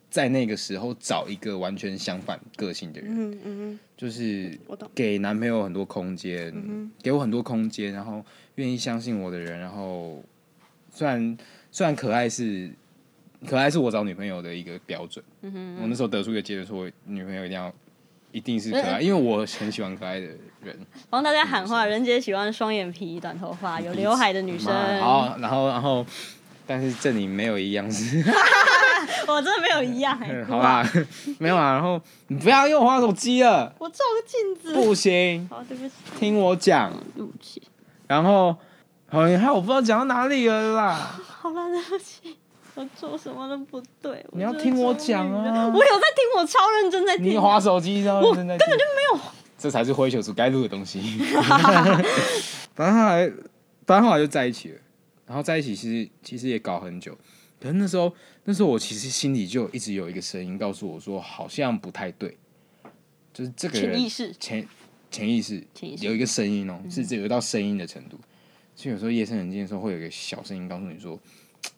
S1: 在那个时候找一个完全相反个性的人。
S2: 嗯嗯
S1: 就是
S2: 我懂嗯
S1: 给男朋友很多空间，给我很多空间，然后愿意相信我的人，然后虽然虽然可爱是可爱是我找女朋友的一个标准，
S2: 嗯
S1: 我那时候得出一个结论，说我女朋友一定要一定是可爱，因为我很喜欢可爱的人，
S2: 嗯，帮大家喊话，人杰喜欢双眼皮、短头发、有刘海的女生。
S1: 好，然后然后但是这里没有一样 是，，
S2: 我真的没有一样哎
S1: 好吧，没有啊，然后你不要用滑手机了，
S2: 我照个镜子。
S1: 不行，
S2: 好，对不起，
S1: 听我讲。
S2: 对不起。
S1: 然后，好，你看我不知道讲到哪里了啦。
S2: 好了，对不起，我做什么都不对。
S1: 你要
S2: 真的
S1: 听我
S2: 超
S1: 讲
S2: 晕的
S1: 啊
S2: 我有在听，我超认真 在
S1: 你
S2: 听。
S1: 划手机，然后
S2: 我
S1: 正在
S2: 根
S1: 听
S2: 本就没有。
S1: 这才是灰球组该录的东西。 反正后来，反正后来就在一起了。然后在一起，其实其实也搞很久。可是那时候，那时候我其实心里就一直有一个声音告诉我说，好像不太对，就是这个人
S2: 潜意识
S1: 潜潜意识
S2: 潜意识嗯
S1: 有一个声音哦、是只有到声音的程度。所以有时候夜深人静的时候，会有一个小声音告诉你说，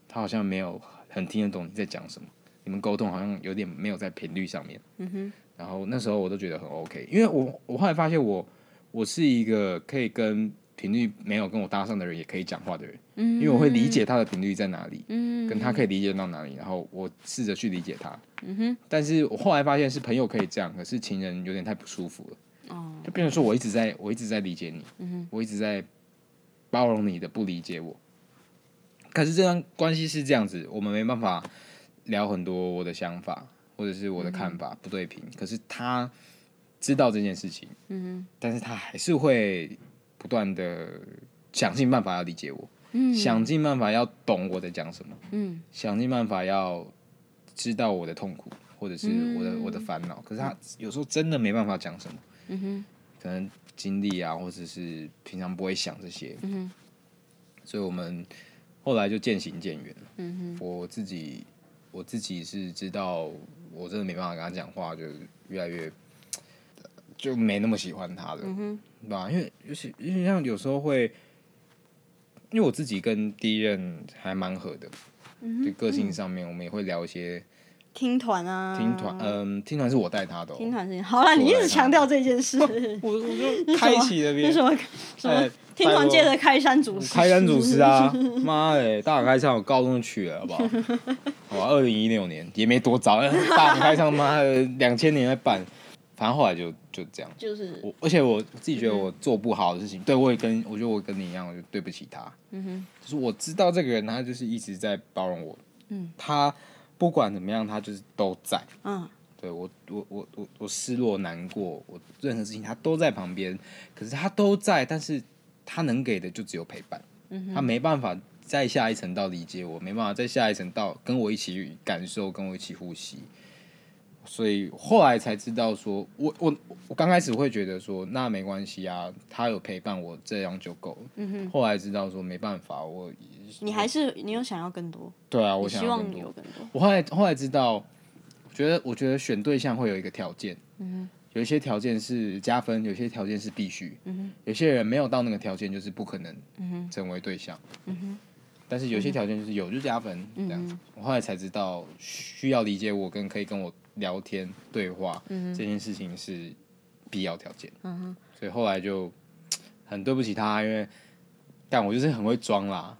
S1: 他好像没有很听得懂你在讲什么，你们沟通好像有点没有在频率上面。嗯哼。然后那时候我都觉得很 OK，因为我我后来发现我我是一个可以跟频率没有跟我搭上的人也可以讲话的人，嗯，因为我会理解他的频率在哪里，嗯，跟他可以理解到哪里，然后我试着去理解他，嗯哼。但是我后来发现是朋友可以这样，可是情人有点太不舒服了。
S2: 哦，嗯
S1: 就变成说我一直在我一直在理解你，我一直在包容你的不理解我。可是这段关系是这样子，我们没办法聊很多我的想法，我或者是我的看
S2: 嗯
S1: 法不对平，可是他知道这件事情，
S2: 嗯
S1: 但是他还是会不断的想尽办法要理解我，
S2: 嗯
S1: 想尽办法要懂我在讲什么，
S2: 嗯
S1: 想尽办法要知道我的痛苦或者是我的、我的烦恼。可是他有时候真的没办法讲什么，
S2: 嗯哼
S1: 可能经历啊，或者是平常不会想这些，
S2: 嗯哼
S1: 所以我们后来就渐行渐远了。
S2: 嗯哼
S1: 我自己我自己是知道，我真的没办法跟他讲话，就越来越就没那么喜欢他了。
S2: 嗯哼
S1: 对吧？因为尤其因为像有时候会，因为我自己跟第一任还蛮合的，就
S2: 嗯
S1: 个性上面我们也会聊一些
S2: 听团啊，
S1: 听团，嗯、听团是我带他的、
S2: 听
S1: 哦，
S2: 团是好啦，你一直强调这件事，
S1: 我我就开启了别
S2: 是什么什么
S1: 啊 哎
S2: 听团界的开山祖师，
S1: 开山祖师啊！ 妈的，大海开唱我高中就去了，好不好？好吧，二零一六年也没多早， 大海开唱妈的两千年在办，反正后来就就这样。
S2: 就是
S1: 我而且我自己觉
S2: 嗯
S1: 得我做不好的事情，对我也跟我觉得我跟你一样，我就对不起他。
S2: 嗯哼
S1: 就是我知道这个人，他就是一直在包容我，
S2: 嗯，
S1: 他不管怎么样，他就是都在。
S2: 嗯
S1: 对我，我，我，我，我失落、难过，我任何事情他都在旁边，可是他都在，但是他能给的就只有陪伴，
S2: 嗯
S1: 他没办法再下一层到理解我，没办法再下一层到跟我一起感受，跟我一起呼吸。所以后来才知道说，我我我刚开始会觉得说，那没关系啊，他有陪伴我，这样就够了。
S2: 嗯哼，
S1: 后来知道说没办法，我
S2: 你还是你有想要更多，
S1: 对啊，我
S2: 你
S1: 想
S2: 希
S1: 要
S2: 望
S1: 更
S2: 有
S1: 多。
S2: 更多，
S1: 我后来后来知道，我觉得我觉得选对象会有一个条件，
S2: 嗯
S1: 有一些条件是加分，有些条件是必须，
S2: 哼嗯
S1: 有些人没有到那个条件就是不可能
S2: 哼嗯哼
S1: 成为对象，
S2: 嗯哼嗯
S1: 但是有些条件就是有就加分这样子。我后来才知道，需要理解我跟可以跟我聊天对话、
S2: 嗯
S1: 这件事情是必要条件，
S2: 嗯哼，
S1: 所以后来就很对不起他，因为但我就是很会装啦，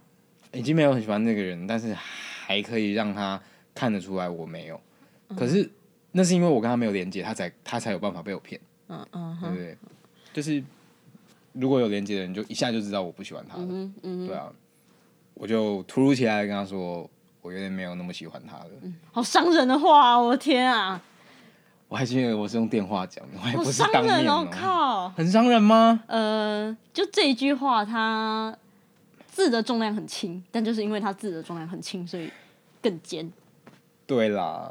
S1: 已经没有很喜欢那个人，但是还可以让他看得出来我没有。
S2: 嗯
S1: 可是那是因为我跟他没有连接，他才他才有办法被我骗，
S2: 嗯嗯
S1: 对
S2: 哼
S1: 不对？就是如果有连接的人，就一下就知道我不喜欢他了，
S2: 嗯哼嗯
S1: 对
S2: 哼，
S1: 啊，我就突如其来地跟他说，我有点没有那么喜欢他了。
S2: 好伤人的话啊，我的天啊，
S1: 我还记得我是用电话讲的，我还
S2: 好
S1: 不是
S2: 伤
S1: 当面
S2: 人
S1: 哦
S2: 哦，、靠。
S1: 很伤人吗？
S2: 呃，就这一句话，它字的重量很轻，但就是因为它字的重量很轻，所以更尖。
S1: 对啦，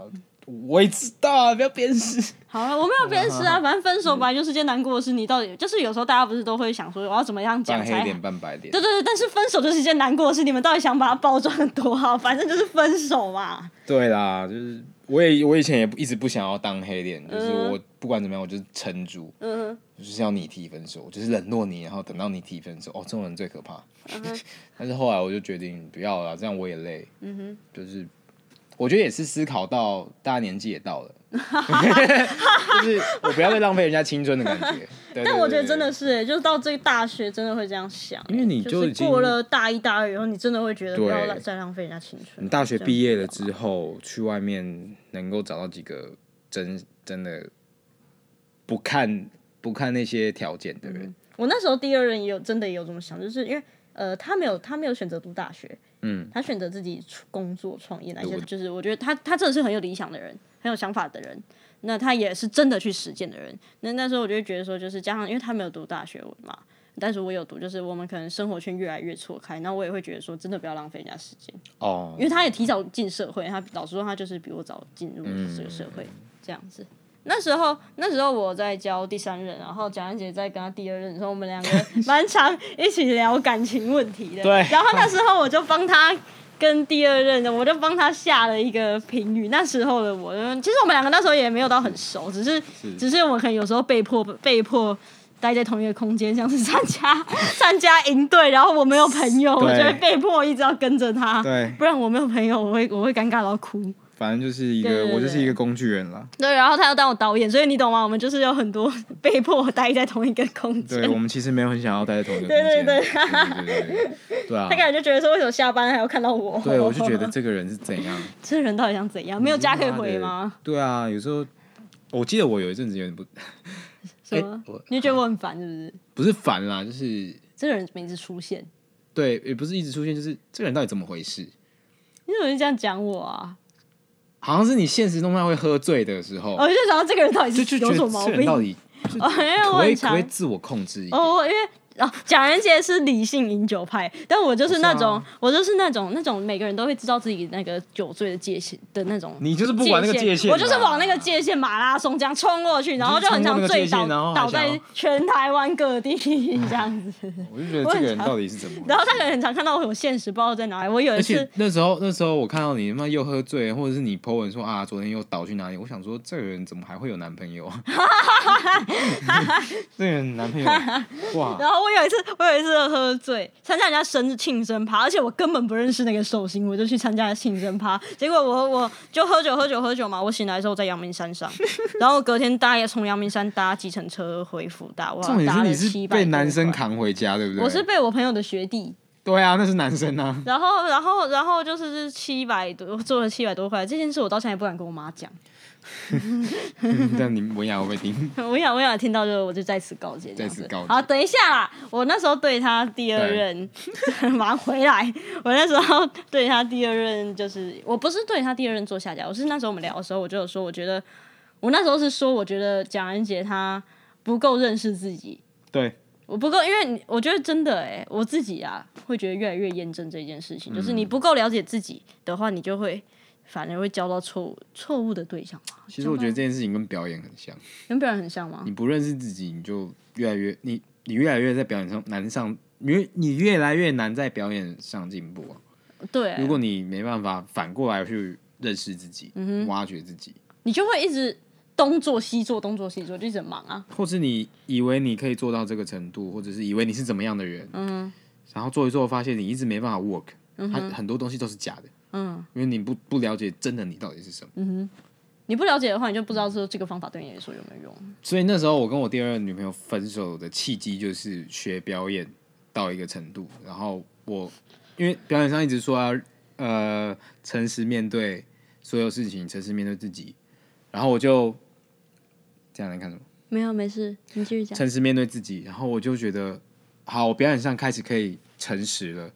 S1: 我也知道啊，不要鞭尸。
S2: 好了，我没有鞭尸啊，反正分手本来就是件难过的事。你到底就是有时候大家不是都会想说我要怎么样
S1: 半
S2: 讲才
S1: 黑
S2: 好？
S1: 脸半白脸
S2: 对对，对，但是分手就是一件难过的事，你们到底想把它包装的多好？反正就是分手嘛。
S1: 对啦，就是我也我以前也不一直不想要当黑脸，就是
S2: 嗯
S1: 我不管怎么样，我就是撑住，
S2: 嗯
S1: 就是要你提分手，我就是冷落你，然后等到你提分手，哦，这种人最可怕。
S2: 哼，嗯哼，
S1: 但是后来我就决定不要了，这样我也累，
S2: 嗯哼，
S1: 就是我觉得也是思考到大家年纪也到 了， 就是我不要再浪费人家青春的 感觉。对
S2: 但我觉得真，
S1: 对对
S2: 的是、欸，就是到这个大学真的会这样想欸、
S1: 因为你就是已经
S2: 过了大一、大二以后，你真的会觉得不要
S1: 对
S2: 浪再浪费人家青春。
S1: 你大学毕业了之后，去外面能够找到几个真真的不看不看那些条件的人，
S2: 我那时候第二任也有真的也有这么想，就是因为呃，他没有他没有选择读大学，
S1: 嗯，
S2: 他选择自己出工作创业那些
S1: 我，
S2: 就是我觉得他他真的是很有理想的人，很有想法的人。那他也是真的去实践的人。那那时候我就会觉得说，就是加上因为他没有读大学嘛，但是我有读，就是我们可能生活圈越来越错开，那我也会觉得说，真的不要浪费人家时间，
S1: 哦
S2: 因为他也提早进社会，他老实说，他就是比我早进入
S1: 嗯
S2: 这个社会、这样子。那时候，那时候我在教第三任，然后蒋安杰在跟他第二任的时候，我们 两个蛮常一起聊感情问题的。
S1: 对
S2: 然后那时候我就帮他跟第二任的，我就帮他下了一个评语。那时候的我，嗯其实我们两个那时候也没有到很熟，只是只是我们可能有时候被迫被迫待在同一个空间，像是参加参加营队，然后我没有朋友，我
S1: 对
S2: 就会被迫一直要跟着他。
S1: 对，
S2: 不然我没有朋友，我会我会尴尬到哭。
S1: 反正就是一
S2: 对对
S1: 个
S2: 对
S1: 我就是一个工具人了。
S2: 对，然后他要当我导演，所以你懂吗？我们就是有很多被迫待在同一个空间
S1: 对。我们其实没有很想要待在同一个空
S2: 对对
S1: 间，
S2: 对
S1: 对对对对对，对啊
S2: 他。感觉就觉得说，为什么下班还要看到我？
S1: 对，我就觉得这个人是怎样？
S2: 这人到底想怎样？没有家可以回吗？
S1: 对啊，有时候我记得我有一阵子有点不
S2: 什么
S1: 哎我？
S2: 你就觉得我很烦，是不是？
S1: 不是烦啦，就是
S2: 这个人每次出现，
S1: 对，也不是一直出现，就是这个人到底怎么回事？
S2: 你怎么会这样讲我啊？
S1: 好像是你现实动态会喝醉的时候，
S2: 哦我就想到这个人到底
S1: 就是就觉
S2: 有
S1: 得
S2: 什么毛
S1: 这人
S2: 病？
S1: 到底就
S2: 哦因为
S1: 可不可以可
S2: 我很
S1: 不可以
S2: 常
S1: 自我控制一点？
S2: 哦，因为哦，蒋仁杰是理性饮酒派，但我就是那种，
S1: 啊
S2: 我就是那种那种，每个人都会知道自己那个酒醉的界限的那种。
S1: 你就是不管那个界限啊，
S2: 我就是往那个界限马拉松这样冲过去，然后就很常醉
S1: 你就是冲过那个界限
S2: 倒
S1: 然后还
S2: 倒
S1: 想要
S2: 在全台湾各地这样子。
S1: 我就觉得
S2: 我
S1: 这
S2: 很
S1: 个人
S2: 常
S1: 到底是怎么回事？
S2: 然后他可能很常看到我现实，不知道在哪里。我有一
S1: 而
S2: 次
S1: 且那时候，那时候我看到你他妈又喝醉，或者是你 po 文说啊，昨天又倒去哪里？我想说，这个人怎么还会有男 朋友啊？这个人男朋友，哇！
S2: 然后我有一次，我有一次喝醉，参加人家生日庆生趴，而且我根本不认识那个寿星，我就去参加了庆生趴。 结果我我就喝酒喝酒喝酒嘛，我醒来的时候在阳明山上， 然后隔天大夜从阳明山搭计程车回福大，哇，
S1: 重点是
S2: 搭了
S1: 你
S2: 七
S1: 是
S2: 百
S1: 被
S2: 多
S1: 男生
S2: 块，
S1: 扛回家，对不对？
S2: 我是被我朋友的学弟，
S1: 对啊，那是男生 啊。
S2: 然后然后然后就是七百多，做了七百多块，这件事我到现在也不敢跟我妈讲，
S1: 嗯但你文雅会不会听？
S2: 我想我想听到就我就再次告诫，这样子
S1: 再次告诫
S2: 好，等一下啦，我那时候对他第二
S1: 对
S2: 任， 马上回来，我那时候对他第二任就是，我不是对他第二任做下家，我是那时候我们聊的时候，我就有说，我觉得我那时候是说，我觉得蒋仁杰他不够认识自己，
S1: 对，
S2: 我不够，因为你我觉得真的哎、我自己啊会觉得越来越验证这件事
S1: 嗯
S2: 情，就是你不够了解自己的话，你就会反而会交到错误错误的对象嘛。
S1: 其实我觉得这件事情跟表演很像，
S2: 跟别人很像吗
S1: 你？不认识自己，你就越来越你你越来越在表演上难上，你你越来越难在表演上进步啊。
S2: 对欸、
S1: 如果你没办法反过来去认识自己，挖掘自己，
S2: 你就会一直东做西做，东做西做，就一直很忙啊。
S1: 或是你以为你可以做到这个程度，或者是以为你是怎么样的人，嗯，然后做一做，发现你一直没办法 work，很、很多东西都是假的，嗯，因为你不不了解真的你到底是什么。
S2: 你不了解的话，你就不知道说这个方法对你来说有没有用。
S1: 所以那时候我跟我第二任女朋友分手的契机就是学表演到一个程度，然后我因为表演上一直说要呃诚实面对所有事情，诚实面对自己，然后我就这样来看什么？
S2: 没有，没事，你继续讲。
S1: 诚实面对自己，然后我就觉得，好，我表演上开始可以诚实了，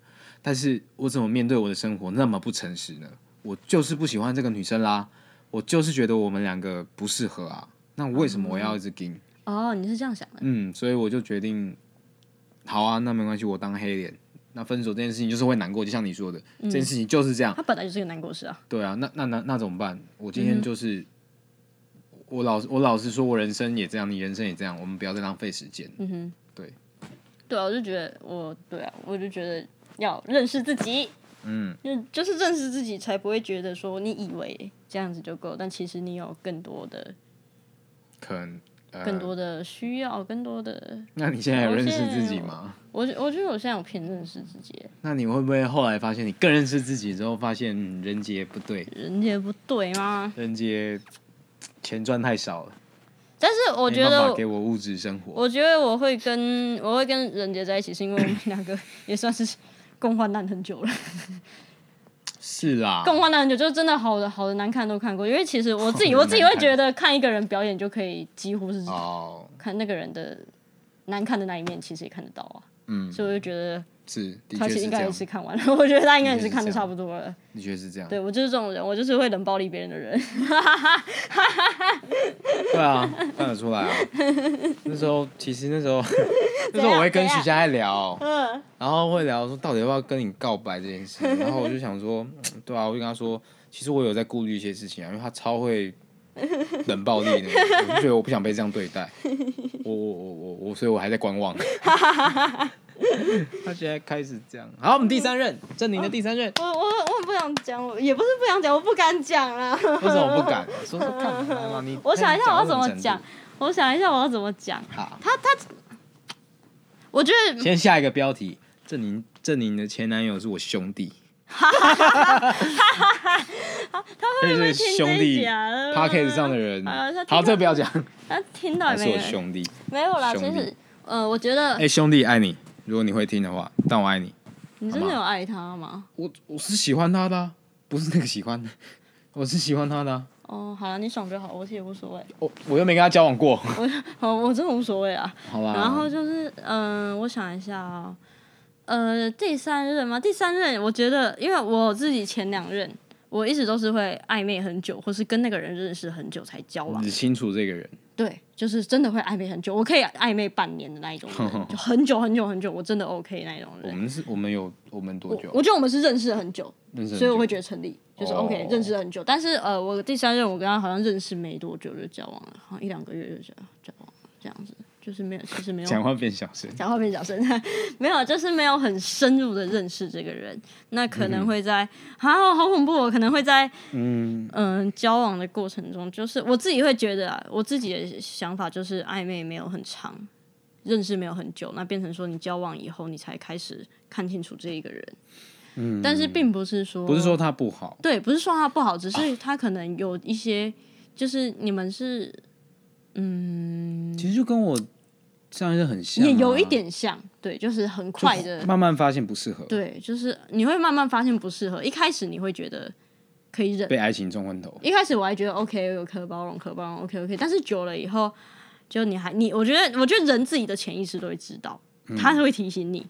S1: 但是我怎么面对我的生活那么不诚实呢？我就是不喜欢这个女生啦，我就是觉得我们两个不适合啊，那为什么我要一直跟？
S2: 哦，你是这样想的。
S1: 嗯，所以我就决定，好啊，那没关系，我当黑脸。那分手这件事情就是会难过，就像你说的，
S2: 嗯
S1: 这件事情就是这样。
S2: 他本来就是个难过事啊。
S1: 对啊，那那那那怎么办？我今
S2: 嗯
S1: 天就是，我老我老实说，我人生也这样，你人生也这样，我们不要再浪费时间。嗯哼，对。
S2: 对啊，我就觉得我对啊，我就觉得要认识自己。嗯，就就是认识自己，才不会觉得说你以为这样子就够，但其实你有更多的、
S1: 可能、呃、
S2: 更。多的需要，更多的。
S1: 那你现在有认识
S2: 我现在
S1: 自己
S2: 有
S1: 吗？
S2: 我觉我觉得我现在有偏认识自己，
S1: 那你会不会后来发现，你更认识自己之后，发现、嗯、人杰不对，
S2: 人家不对吗？
S1: 人杰钱赚太少了，
S2: 但是我
S1: 没
S2: 觉
S1: 办
S2: 得
S1: 法给我物质生活。
S2: 我觉得我会跟我会跟任杰在一起，是因为我们两个也算是共患难很久了。
S1: 是啦，
S2: 共患难很久，就是真的好的好的难看都看过。因为其实我自己
S1: 好的
S2: 我自己
S1: 难
S2: 会
S1: 看
S2: 觉得看一个人表演就可以几乎是
S1: 哦，
S2: 看那个人的难看的那一面，其实也看得到啊。
S1: 嗯，
S2: 所以我就觉得
S1: 是，的
S2: 他
S1: 确
S2: 其实
S1: 是
S2: 应
S1: 这
S2: 该
S1: 样
S2: 也，是看完了，我 觉得他应该也是
S1: 的确是
S2: 看的
S1: 这样
S2: 差不多了。
S1: 的确是这样。
S2: 对我就是这种人，我就是会冷暴力别人的人。
S1: 对啊，看得出来啊。那时候其实那时 候那时候我会跟
S2: 怎样
S1: 徐佳爱聊，
S2: 嗯，
S1: 然后会聊说到底要不要跟你告白这件 事，然后我就想说，嗯对啊，我就跟他说，其实我有在顾虑一些事情啊，因为他超会冷暴力 的，我就觉得我不想被这样对待，我我我我我，所以我还在 观望。他现在开始这样，好，我们第三任郑宁的第三任，
S2: 我我我很不想讲，我也不是不想讲，我不敢讲啦。
S1: 为什么不敢？说说看，来嘛你
S2: 我想一下我要怎么
S1: 讲
S2: 讲
S1: 到什程，
S2: 我想一下我要怎么讲。
S1: 度。好，
S2: 我觉 得
S1: 先下一个标题，郑宁郑宁的前男友是我兄 弟，
S2: 他会不会
S1: 就是
S2: 听
S1: 兄
S2: 这一
S1: 弟
S2: 集啊
S1: p o d c a s t 上的人
S2: 哎呀他听，到
S1: 好，这个不要讲，
S2: 他听到
S1: 他
S2: 也
S1: 是
S2: 没
S1: 我
S2: 有？
S1: 兄弟。
S2: 没有啦，
S1: 兄
S2: 其
S1: 弟
S2: 实呃，我觉得
S1: 哎、兄弟，爱你。如果你会听的话，但我爱你。
S2: 你真的
S1: 好吧
S2: 有爱他吗？
S1: 我我是喜欢他的啊、不是那个喜欢的，我是喜欢他的啊、
S2: 哦，好了，你爽就好，我其实也无所谓，
S1: 我我又没跟他交往过，
S2: 哦，我真的无所谓啊。
S1: 好吧？
S2: 然后就是嗯、呃我想一下啊、呃，第三任嘛，第三任我觉得，因为我自己前两任，我一直都是会暧昧很久，或是跟那个人认识很久才交往。
S1: 你清楚这个人，
S2: 对，就是真的会暧昧很久，我可以暧昧半年的那一种 人，就很久很久很久，我真的 OK 那一种
S1: 我
S2: 人。
S1: 们是我们有我们多久？
S2: 我觉得我们是认识了很久，
S1: 认识很久，
S2: 所以我会觉得成立，就是
S1: 哦
S2: OK，、认识了很久。但是呃，我第三任我跟他好像认识没多久就交往了，好像一两个月就交交往了，这样子就是没有，其实没有
S1: 讲话变小声。
S2: 讲话变小声， 没有，就是没有很深入的认识这个人，那可能会在、啊，好恐怖、哦，可能会在
S1: 嗯，
S2: 嗯、交往的过程中，就是我自己会觉得啊，我自己的想法就是暧昧没有很长，认识没有很久，那变成说你交往以后你才开始看清楚这一个人，嗯，但是并不是说
S1: 不是说他不好，
S2: 对，不是说他不好，只是他可能有一些，就是你们是嗯
S1: 其实就跟我上一任很像啊、
S2: 也有一点像，对，就是很快的
S1: 慢慢发现不适合，
S2: 对，就是你会慢慢发现不适合。一开始你会觉得可以忍，
S1: 被爱情冲昏头。
S2: 一开始我还觉得 OK，有可包容，可包容，OK OK。但是久了以后，就你还你，我觉得我觉得人自己的潜意识都会知道，他会提醒你，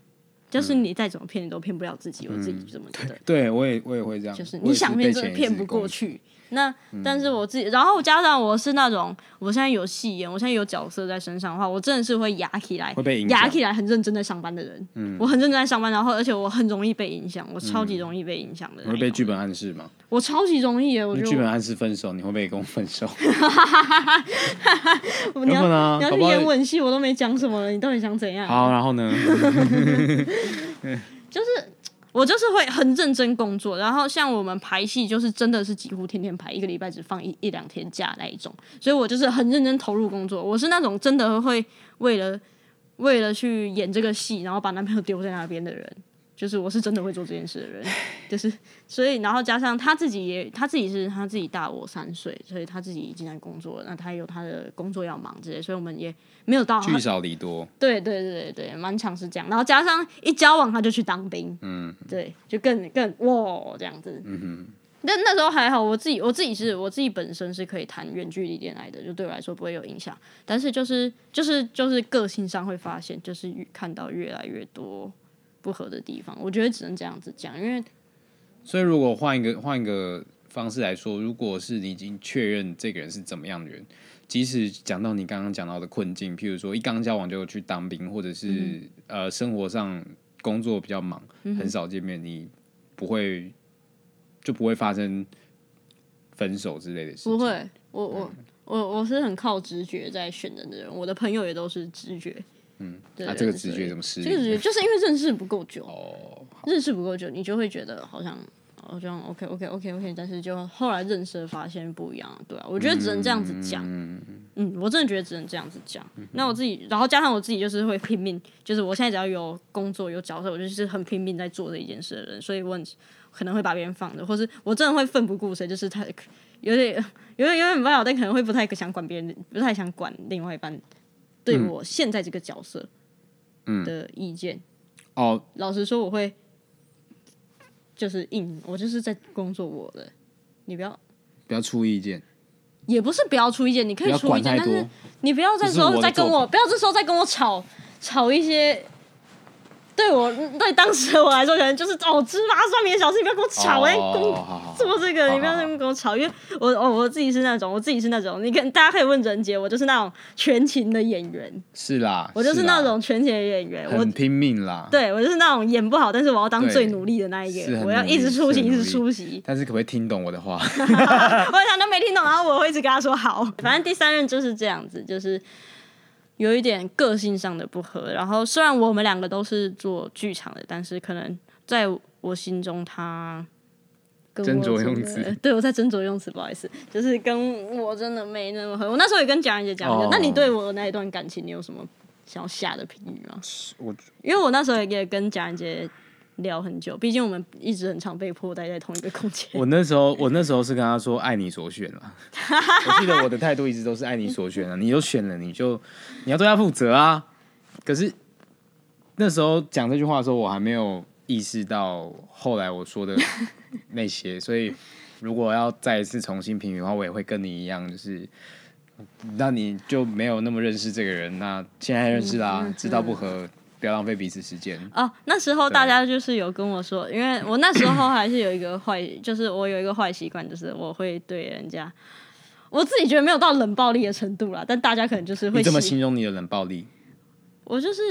S2: 就是你再怎么骗，你都骗不了自己。我自己这么觉得。
S1: 对，我也我也会这样，
S2: 就是
S1: 我
S2: 你
S1: 也
S2: 想骗
S1: 被
S2: 真的
S1: 潜意
S2: 骗
S1: 识
S2: 不
S1: 攻
S2: 过
S1: 击。嗯
S2: 去。那但是我自己，然后加上我是那种，我现在有戏演，我现在有角色在身上的话，我真的是会压起来，
S1: 会被影响嗯
S2: 压起来很认真在上班的人。我很认真在上班，然后而且我很容易被影响，我超级容易被影响
S1: 你
S2: 的那一
S1: 嗯
S2: 种。
S1: 会被剧本暗示吗？
S2: 我超级容易耶，我觉
S1: 剧
S2: 得
S1: 本暗示分手，你会不会跟我分 手？
S2: 我你要
S1: 有可能啊
S2: 你要
S1: 搞
S2: 去
S1: 不好
S2: 演吻戏，我都没讲什么了，你到底想怎样？
S1: 好，然后呢？
S2: 我就是会很认真工作，然后像我们排戏，就是真的是几乎天天排，一个礼拜只放一一两天假那一种，所以我就是很认真投入工作。我是那种真的会为了 为了去演这个戏，然后把男朋友丢在那边的人，就是我是真的会做这件事的人，就是所以然后加上他自己也他自己是他自己大我三岁，所以他自己已经在工作了，那他有他的工作要忙之类，所以我们也没有到
S1: 聚少离多，
S2: 对对对对，蛮常是这样。然后加上一交往他就去当兵，嗯，对，就更更哇这样子。嗯但那时候还好，我自己我自己是我自己本身是可以谈远距离恋爱的，就对我来说不会有影响。但是就是就是就是个性上会发现，就是越看到越来越多不合的地方，我觉得只能这样子讲，因为
S1: 所以如果换一个换一个方式来说，如果是你已经确认这个人是怎么样的人，即使讲到你刚刚讲到的困境，譬如说一刚交往就去当兵，或者是、
S2: 嗯
S1: 呃生活上工作比较忙，很少见面，你不会就不会发生分手之类的事情。啊
S2: 不会，我我
S1: 嗯
S2: 我我是很靠直觉在选人的人，我的朋友也都是直觉。嗯，对
S1: 啊，这个直觉怎么失
S2: 这个直
S1: 灵？
S2: 觉就是因为认识不够久，
S1: 哦，
S2: 认识不够久，你就会觉得好像好像 OK OK OK OK，但是就后来认识了发现不一样，对啊，我觉得只能这样子讲，嗯我真的觉得只能这样子讲。那我自己，然后加上我自己就是会拼命，就是我现在只要有工作有角色，我就是很拼命在做这一件事的人，所以我很可能会把别人放着，或是我真的会奋不顾身，就是他有点 有点有点不好，但可能会不太想管别人，不太想管另外一半对我现在这个角色的意见。
S1: 哦，
S2: 老实说，我会就是硬，我就是在工作我的，你不要，
S1: 不要出意见，
S2: 也不是不要出意见，你可
S1: 不
S2: 以
S1: 要
S2: 出
S1: 管
S2: 意见，
S1: 太
S2: 但是
S1: 多。
S2: 你不要这时
S1: 这是我
S2: 候
S1: 的
S2: 再跟
S1: 作
S2: 我，
S1: 品
S2: 不要这时候再跟我吵吵一些。对我对当时的我来说，可能就是哦芝麻蒜皮的小事，你不要跟我吵，我在工
S1: 哦好好好
S2: 做这个，
S1: 好
S2: 你不要
S1: 好
S2: 在那
S1: 好
S2: 边跟我吵，因为我我我自己是那种，我自己是那种，你看大家可以问任杰，我就是那种全勤的演员，
S1: 是啊啦，
S2: 我就是
S1: 啦
S2: 那种全勤的演员，我
S1: 很拼命啦。
S2: 对我就是那种演不好，但是我要当
S1: 啊对
S2: 最努力的那一
S1: 是
S2: 个，
S1: 很
S2: 我要
S1: 努
S2: 一直
S1: 力
S2: 出席，
S1: 是很
S2: 一直
S1: 努力
S2: 出席。
S1: 但是可不可以听懂我的话？
S2: 我想都没听懂，然后我会一直跟他说好。 反正第三任就是这样子，就是有一点个性上的不合。然后虽然我们两个都是做剧场的，但是可能在我心中他。跟我
S1: 斟酌
S2: 真
S1: 用
S2: 的
S1: 词，
S2: 对我在斟酌用词，不好意思，就是跟我真的没那么合。我那时候也跟蒋仁杰讲
S1: 哦
S2: 那你对我那一段感情，你有什么想要下的评语吗？
S1: 我
S2: 因为我那时候也跟蒋仁杰聊很久，毕竟我们一直很常被迫待在同一个空间。
S1: 我那时候，我那时候是跟他说“爱你所选”了。我记得我的态度一直都是“爱你所选”啊，你就选了，你就你要对他负责啊。可是那时候讲这句话的时候，我还没有意识到后来我说的那些，所以如果要再一次重新评语的话，我也会跟你一样，就是
S2: 嗯
S1: 那你就没有那么认识这个人，那现在认识啦、知道不合，不要浪费彼此时间。
S2: 哦，那时候大家就是有跟我说，因为我那时候还是有一个坏， 就是我有一个坏习惯，就是我会对人家，我自己觉得没有到冷暴力的程度啦，但大家可能就是会
S1: 你怎么
S2: 习
S1: 形容你的冷暴力？
S2: 我就是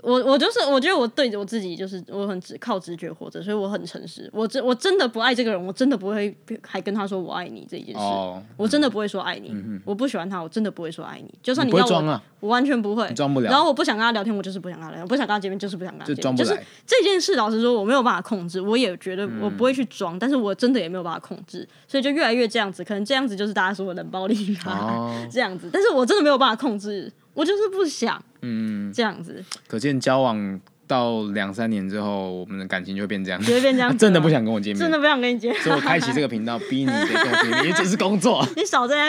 S2: 我，我就是我觉得我对着我自己就是我很直靠直觉活着，所以我很诚实。我真我真的不爱这个人，我真的不会还跟他说我爱你这一件事。
S1: 哦，嗯
S2: 我真的不会说爱你，我不喜欢他，我真的不会说爱你。就算
S1: 你不
S2: 你
S1: 会
S2: 要我，
S1: 装啊，
S2: 我完全不会，
S1: 装不了
S2: 然后我不想跟他聊天，我就是不想跟他聊天；我不想跟他见面，就是不想跟他见
S1: 就装
S2: 面。
S1: 不
S2: 就是
S1: 来。
S2: 这件事，老实说，我没有办法控制，我也觉得我不
S1: 嗯
S2: 会去装，但是我真的也没有办法控制，所以就越来越这样子。可能这样子就是大家说的冷暴力吧，
S1: 哦
S2: 这样子。但是我真的没有办法控制，我就是不想，嗯，这样子
S1: 可见交往到两三年之后，我们的感情就会变这样。
S2: 就会变这样
S1: 他
S2: 子。
S1: 真的不，想跟我见面
S2: 啊真，的不想跟你结
S1: 所以我
S2: 婚。
S1: 开启这个频道，逼你得跟我见面，因为这是工作。
S2: 你少在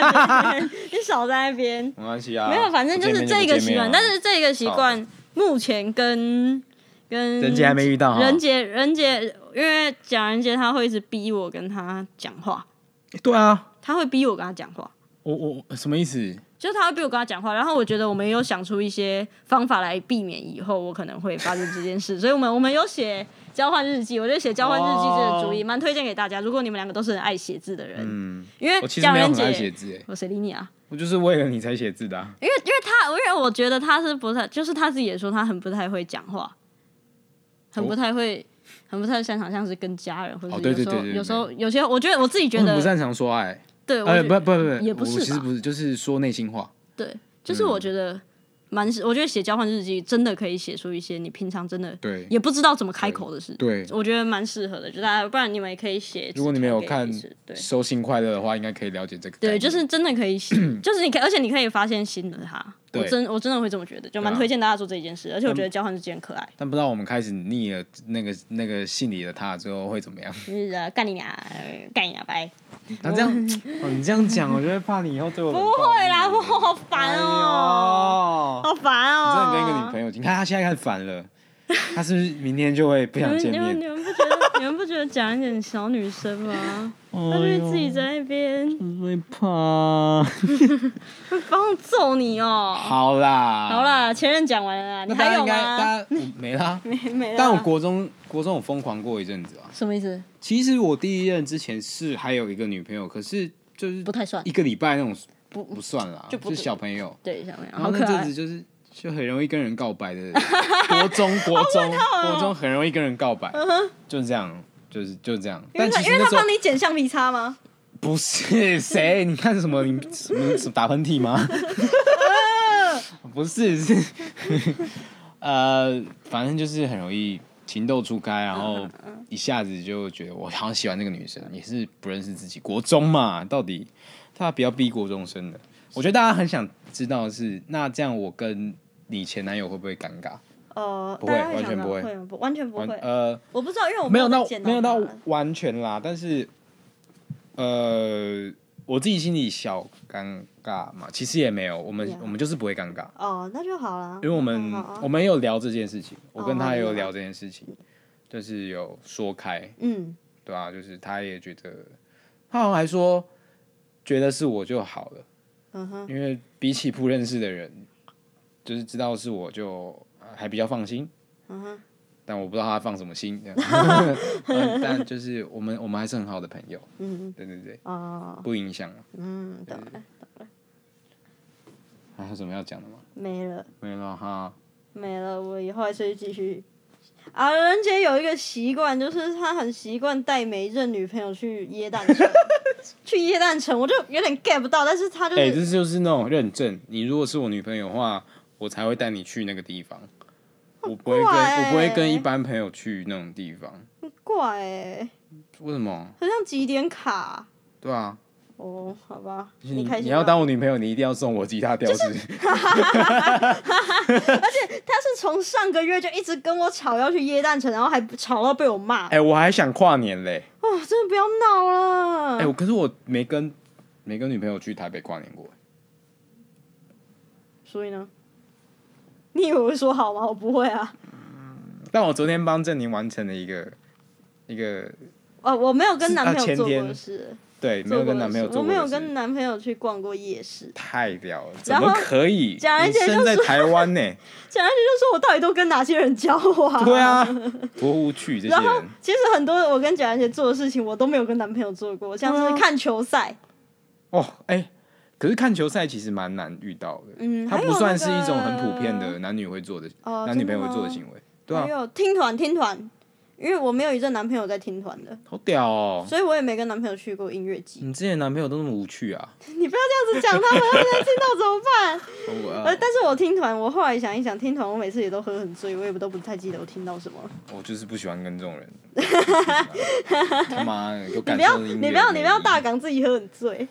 S2: 那边，你少在那边。
S1: 没关系啊，
S2: 没有，反正就是这个习惯。但是这个习
S1: 啊好
S2: 惯目前跟跟
S1: 人杰还没遇到哈，啊
S2: 人杰人杰，因为蒋仁杰他会一直逼我跟他讲话，
S1: 对啊，
S2: 他会逼我跟他讲话，
S1: 我我什么意思？
S2: 就是他会逼我跟他讲话。然后我觉得我们也有想出一些方法来避免以后我可能会发生这件事，所以我们我们有写。交换日记，我觉得写交换日记这个主意
S1: 哦
S2: 蛮推荐给大家。如果你们两个都是很爱写字的人，
S1: 嗯，
S2: 因为
S1: 我其实
S2: 蒋
S1: 没有
S2: 仁
S1: 很爱写
S2: 杰，
S1: 字欸诶，
S2: 我谁理你啊？
S1: 我就是为了你才写字的啊。
S2: 因为因为他，因为我觉得他是不太，就是他自己也说他很不太会讲话，很不太会，很不太擅长，像是跟家人或者
S1: 哦对
S2: 是有时候、
S1: 对对对
S2: 有时候有些，我觉得我自己觉
S1: 我很
S2: 得
S1: 不，擅长说爱，
S2: 对，我
S1: 呃，
S2: 觉
S1: 不不不，
S2: 也不
S1: 我
S2: 是
S1: 其实
S2: 吧
S1: 不是，就是说内心话。
S2: 对，就是我觉得蛮，我觉得写交换日记真的可以写出一些你平常真的
S1: 对
S2: 也不知道怎么开口的事，
S1: 对，
S2: 我觉得蛮适合的，就大家，不然你们也可以写。
S1: 如果你们有看
S2: 对。
S1: 收信快乐的话，应该可以了解这个概
S2: 对，
S1: 念。
S2: 就是真的可 以写，就是你可以，而且你可以发现新的他。我
S1: 对
S2: 真我真的会这么觉得，就蛮
S1: 对啊
S2: 推荐大家做这件事，而且我觉得交换日记很可爱。
S1: 但不知道我们开始腻了那个那个信里的他之后会怎么样？
S2: 就是呃干你俩，干你俩拜！
S1: 他这样，哦，你这样讲，我就会怕你以后对我不
S2: 不会啦，我好烦哦、
S1: 哎呦
S2: 好烦
S1: 哎你真的
S2: 哦、
S1: 跟一个女朋友，你看他现在开始烦了，他是不是明天就会不想见
S2: 你们
S1: 面？
S2: 你们你们不觉得你们不觉得讲一点小女生吗？她就会自己在那边，
S1: 会怕。
S2: 帮我揍你哦、
S1: 好啦，
S2: 好，啦，前任讲完了啦，你
S1: 那大
S2: 还
S1: 家
S2: 有
S1: 应该
S2: 吗？
S1: 大家我没啦。
S2: 没没了。
S1: 但我国中国中我疯狂过一阵子啊。
S2: 什么意思？
S1: 其实我第一任之前是还有一个女朋友，可是就是
S2: 不太算
S1: 一个礼拜那种
S2: 不
S1: 不算啦，
S2: 就不
S1: 是小朋 友。
S2: 对，小妹，
S1: 然
S2: 好
S1: 后
S2: 可
S1: 那阵
S2: 爱
S1: 子。就是就很容易跟人告白的国中 国中
S2: 哦
S1: 国中很容易跟人告白，就是这样，就是就是这样。
S2: 嗯因
S1: 但
S2: 为他
S1: 其实
S2: 因为
S1: 那
S2: 他
S1: 时候
S2: 帮你剪橡皮擦吗？
S1: 不是 谁，你看什么？你什么什么打喷嚏吗？不是是呃，反正就是很容易情窦初开，然后一下子就觉得我好像喜欢这个女生，也是不认识自己。国中嘛，到底大家不要逼国中生的。我觉得大家很想知道的是，那这样我跟你前男友会不会尴尬？
S2: 呃，
S1: 不会
S2: 大家
S1: 完全
S2: 想到
S1: 不会
S2: 会吗，不完全不
S1: 完
S2: 会。
S1: 呃，
S2: 我不知道，因为我
S1: 没有
S2: 再
S1: 到
S2: 见
S1: 没有到
S2: 他
S1: 完全啦，但是呃，我自己心里小尴尬嘛，其实也没有，我们
S2: Yeah
S1: 我们就是不会尴尬，
S2: 哦，那就好了。
S1: 因为我们、
S2: 好啊
S1: 我们也有聊这件事情，我跟
S2: 哦
S1: 他也有
S2: 你有
S1: 聊这件事情，就是有说开，
S2: 嗯。
S1: 对吧、就是他也觉得，他好像还说觉得是我就好了，
S2: 嗯哼，
S1: 因为比起不认识的人，就是知道是我就呃还比较放心。
S2: 嗯哼，
S1: 但我不知道他放什么心， 这样 但但就是我们我们还是很好的朋友，
S2: 嗯
S1: 对对对，
S2: 哦，
S1: 不影响啊。
S2: 嗯，懂了，
S1: 还有什么要讲的吗？
S2: 没了，
S1: 没了哈。
S2: 没了，我以后还是会继续。啊，人杰有一个习惯，就是他很习惯带每一任女朋友去椰蛋 城，去椰蛋城，我就有点 get 不到，但是他就是、
S1: 哎、这就是那种认证。你如果是我女朋友的话，我才会带你去那个地方。我不会跟、
S2: 怪欸
S1: 我不会跟一般朋友去那种地方。
S2: 很怪、欸，
S1: 为什么？
S2: 很像几点卡
S1: 对啊，
S2: 哦，好吧，
S1: 你
S2: 开心
S1: 你要
S2: 吧
S1: 当我女朋友，你一定要送我吉他吊饰。
S2: 他是从上个月就一直跟我吵要去椰蛋城，然后还吵到被我骂，
S1: 哎、我还想跨年嘞。
S2: 哦，真的不要闹了。
S1: 哎、我可是我没跟没跟女朋友去台北跨年过。
S2: 所以呢， 你以为我会说好吗？我不会啊。
S1: 但我昨天帮郑宁完成了一个一个
S2: 哦，我没有跟男朋
S1: 是啊
S2: 友
S1: 前
S2: 做
S1: 天
S2: 过的事，
S1: 对，没
S2: 做
S1: 有
S2: 过
S1: 跟
S2: 的
S1: 男朋友
S2: 事
S1: 做
S2: 我
S1: 过
S2: 没有
S1: 的事
S2: 跟男朋友去逛过夜市。
S1: 太屌了，怎
S2: 然后
S1: 么可以？
S2: 蒋
S1: 你
S2: 安杰就
S1: 身在
S2: 说
S1: 台湾呢、
S2: 简单就说我到底都跟哪些人交 往？
S1: 对啊，多无趣这些
S2: 然后
S1: 人。
S2: 其实很多我跟蒋安杰做的事情，我都没有跟男朋友做过，像
S1: 对
S2: 是
S1: 啊
S2: 看球赛，
S1: 哦，哎、可是看球赛其实蛮难遇到的，
S2: 嗯，
S1: 它
S2: 还有
S1: 不算是一种很
S2: 那个啊
S1: 普遍的男女会做的、
S2: 哦
S1: 男女朋友会做的
S2: 真的吗哎
S1: 行为，对啊
S2: 还，有听团听团，因为我没有一阵男朋友在听团的，
S1: 好屌哦！嗯
S2: 所以我也没跟男朋友去过音乐季。
S1: 你之前男朋友都那么无趣啊？
S2: 你不要这样子讲他们，他们听到怎 么办？
S1: 哦我啊
S2: 呃，但是我听团，我后来想一想，听团我每次也都喝很醉，我也不都不太记得我听到什么了。
S1: 我就是不喜欢跟这 种人。他妈的，给我
S2: 你
S1: 感
S2: 不要，
S1: 受音乐
S2: 你不要，
S1: 魅
S2: 你不要
S1: 力
S2: 大！港自己喝很醉，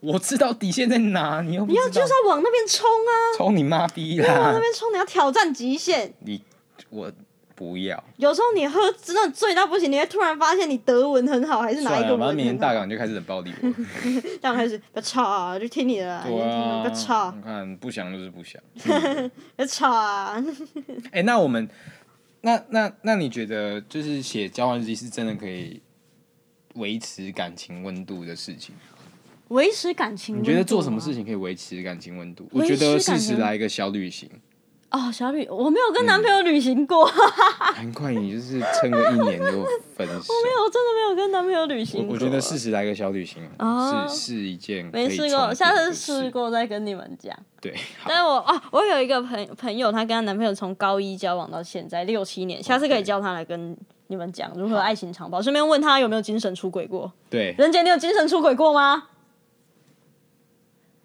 S1: 我知道底线在哪，你又不
S2: 你要
S1: 知
S2: 就
S1: 道
S2: 是要往那边 冲啊，
S1: 抽你妈逼
S2: 往 那
S1: 啦！
S2: 边冲，你要挑战极限。
S1: 你我不要，
S2: 有时候你喝真的醉到不行，你会突然发现你德文很好，还是哪
S1: 算
S2: 一个
S1: 了，
S2: 文
S1: 反正明
S2: 很
S1: 天大
S2: 好？
S1: 港就开始冷暴力我。
S2: 这样开始不要吵啊，就听你的啦，你就
S1: 对
S2: 听了
S1: 啊，
S2: 不要吵啊
S1: 你，看不想就是不想。
S2: 不要吵啊。
S1: 哎、那我们，那那那你觉得，就是写交换日记是真的可以维持感情温度的事情？
S2: 维持感情，啊
S1: 你觉得做什么事？情可以维持感情温度？我
S2: 维
S1: 觉得
S2: 持感
S1: 适时
S2: 情
S1: 来一个小旅行，
S2: 哦，小旅，我没有跟男朋友旅行过，
S1: 很快你就是撑个一年就分手。
S2: 我真的没有跟男朋友旅行
S1: 我
S2: 过。
S1: 我觉得适时来一个小旅行，
S2: 哦
S1: 是是一件可以
S2: 没试
S1: 重
S2: 过，
S1: 叠
S2: 下
S1: 的
S2: 次
S1: 事
S2: 试。过再跟你们讲。
S1: 对，
S2: 但是我啊，我有一个朋朋友，她跟她男朋友从高一交往到现在六七年，下次可以叫她来跟你们讲如何爱情长跑，顺便问她有没有精神出轨过。
S1: 对，
S2: 任杰，你有精神出轨过吗？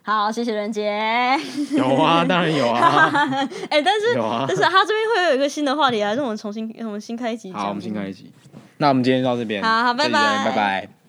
S2: 好，谢谢任杰。 哎、
S1: 有啊，当然有 啊，
S2: 但是、
S1: 有啊
S2: 但是他这边会有一个新的话题啊，还是我们重新我们新开一集讲？
S1: 好，我们先开一集。那我们今天就到这边，
S2: 好好
S1: 这集
S2: 拜
S1: 再见
S2: 拜
S1: 拜拜。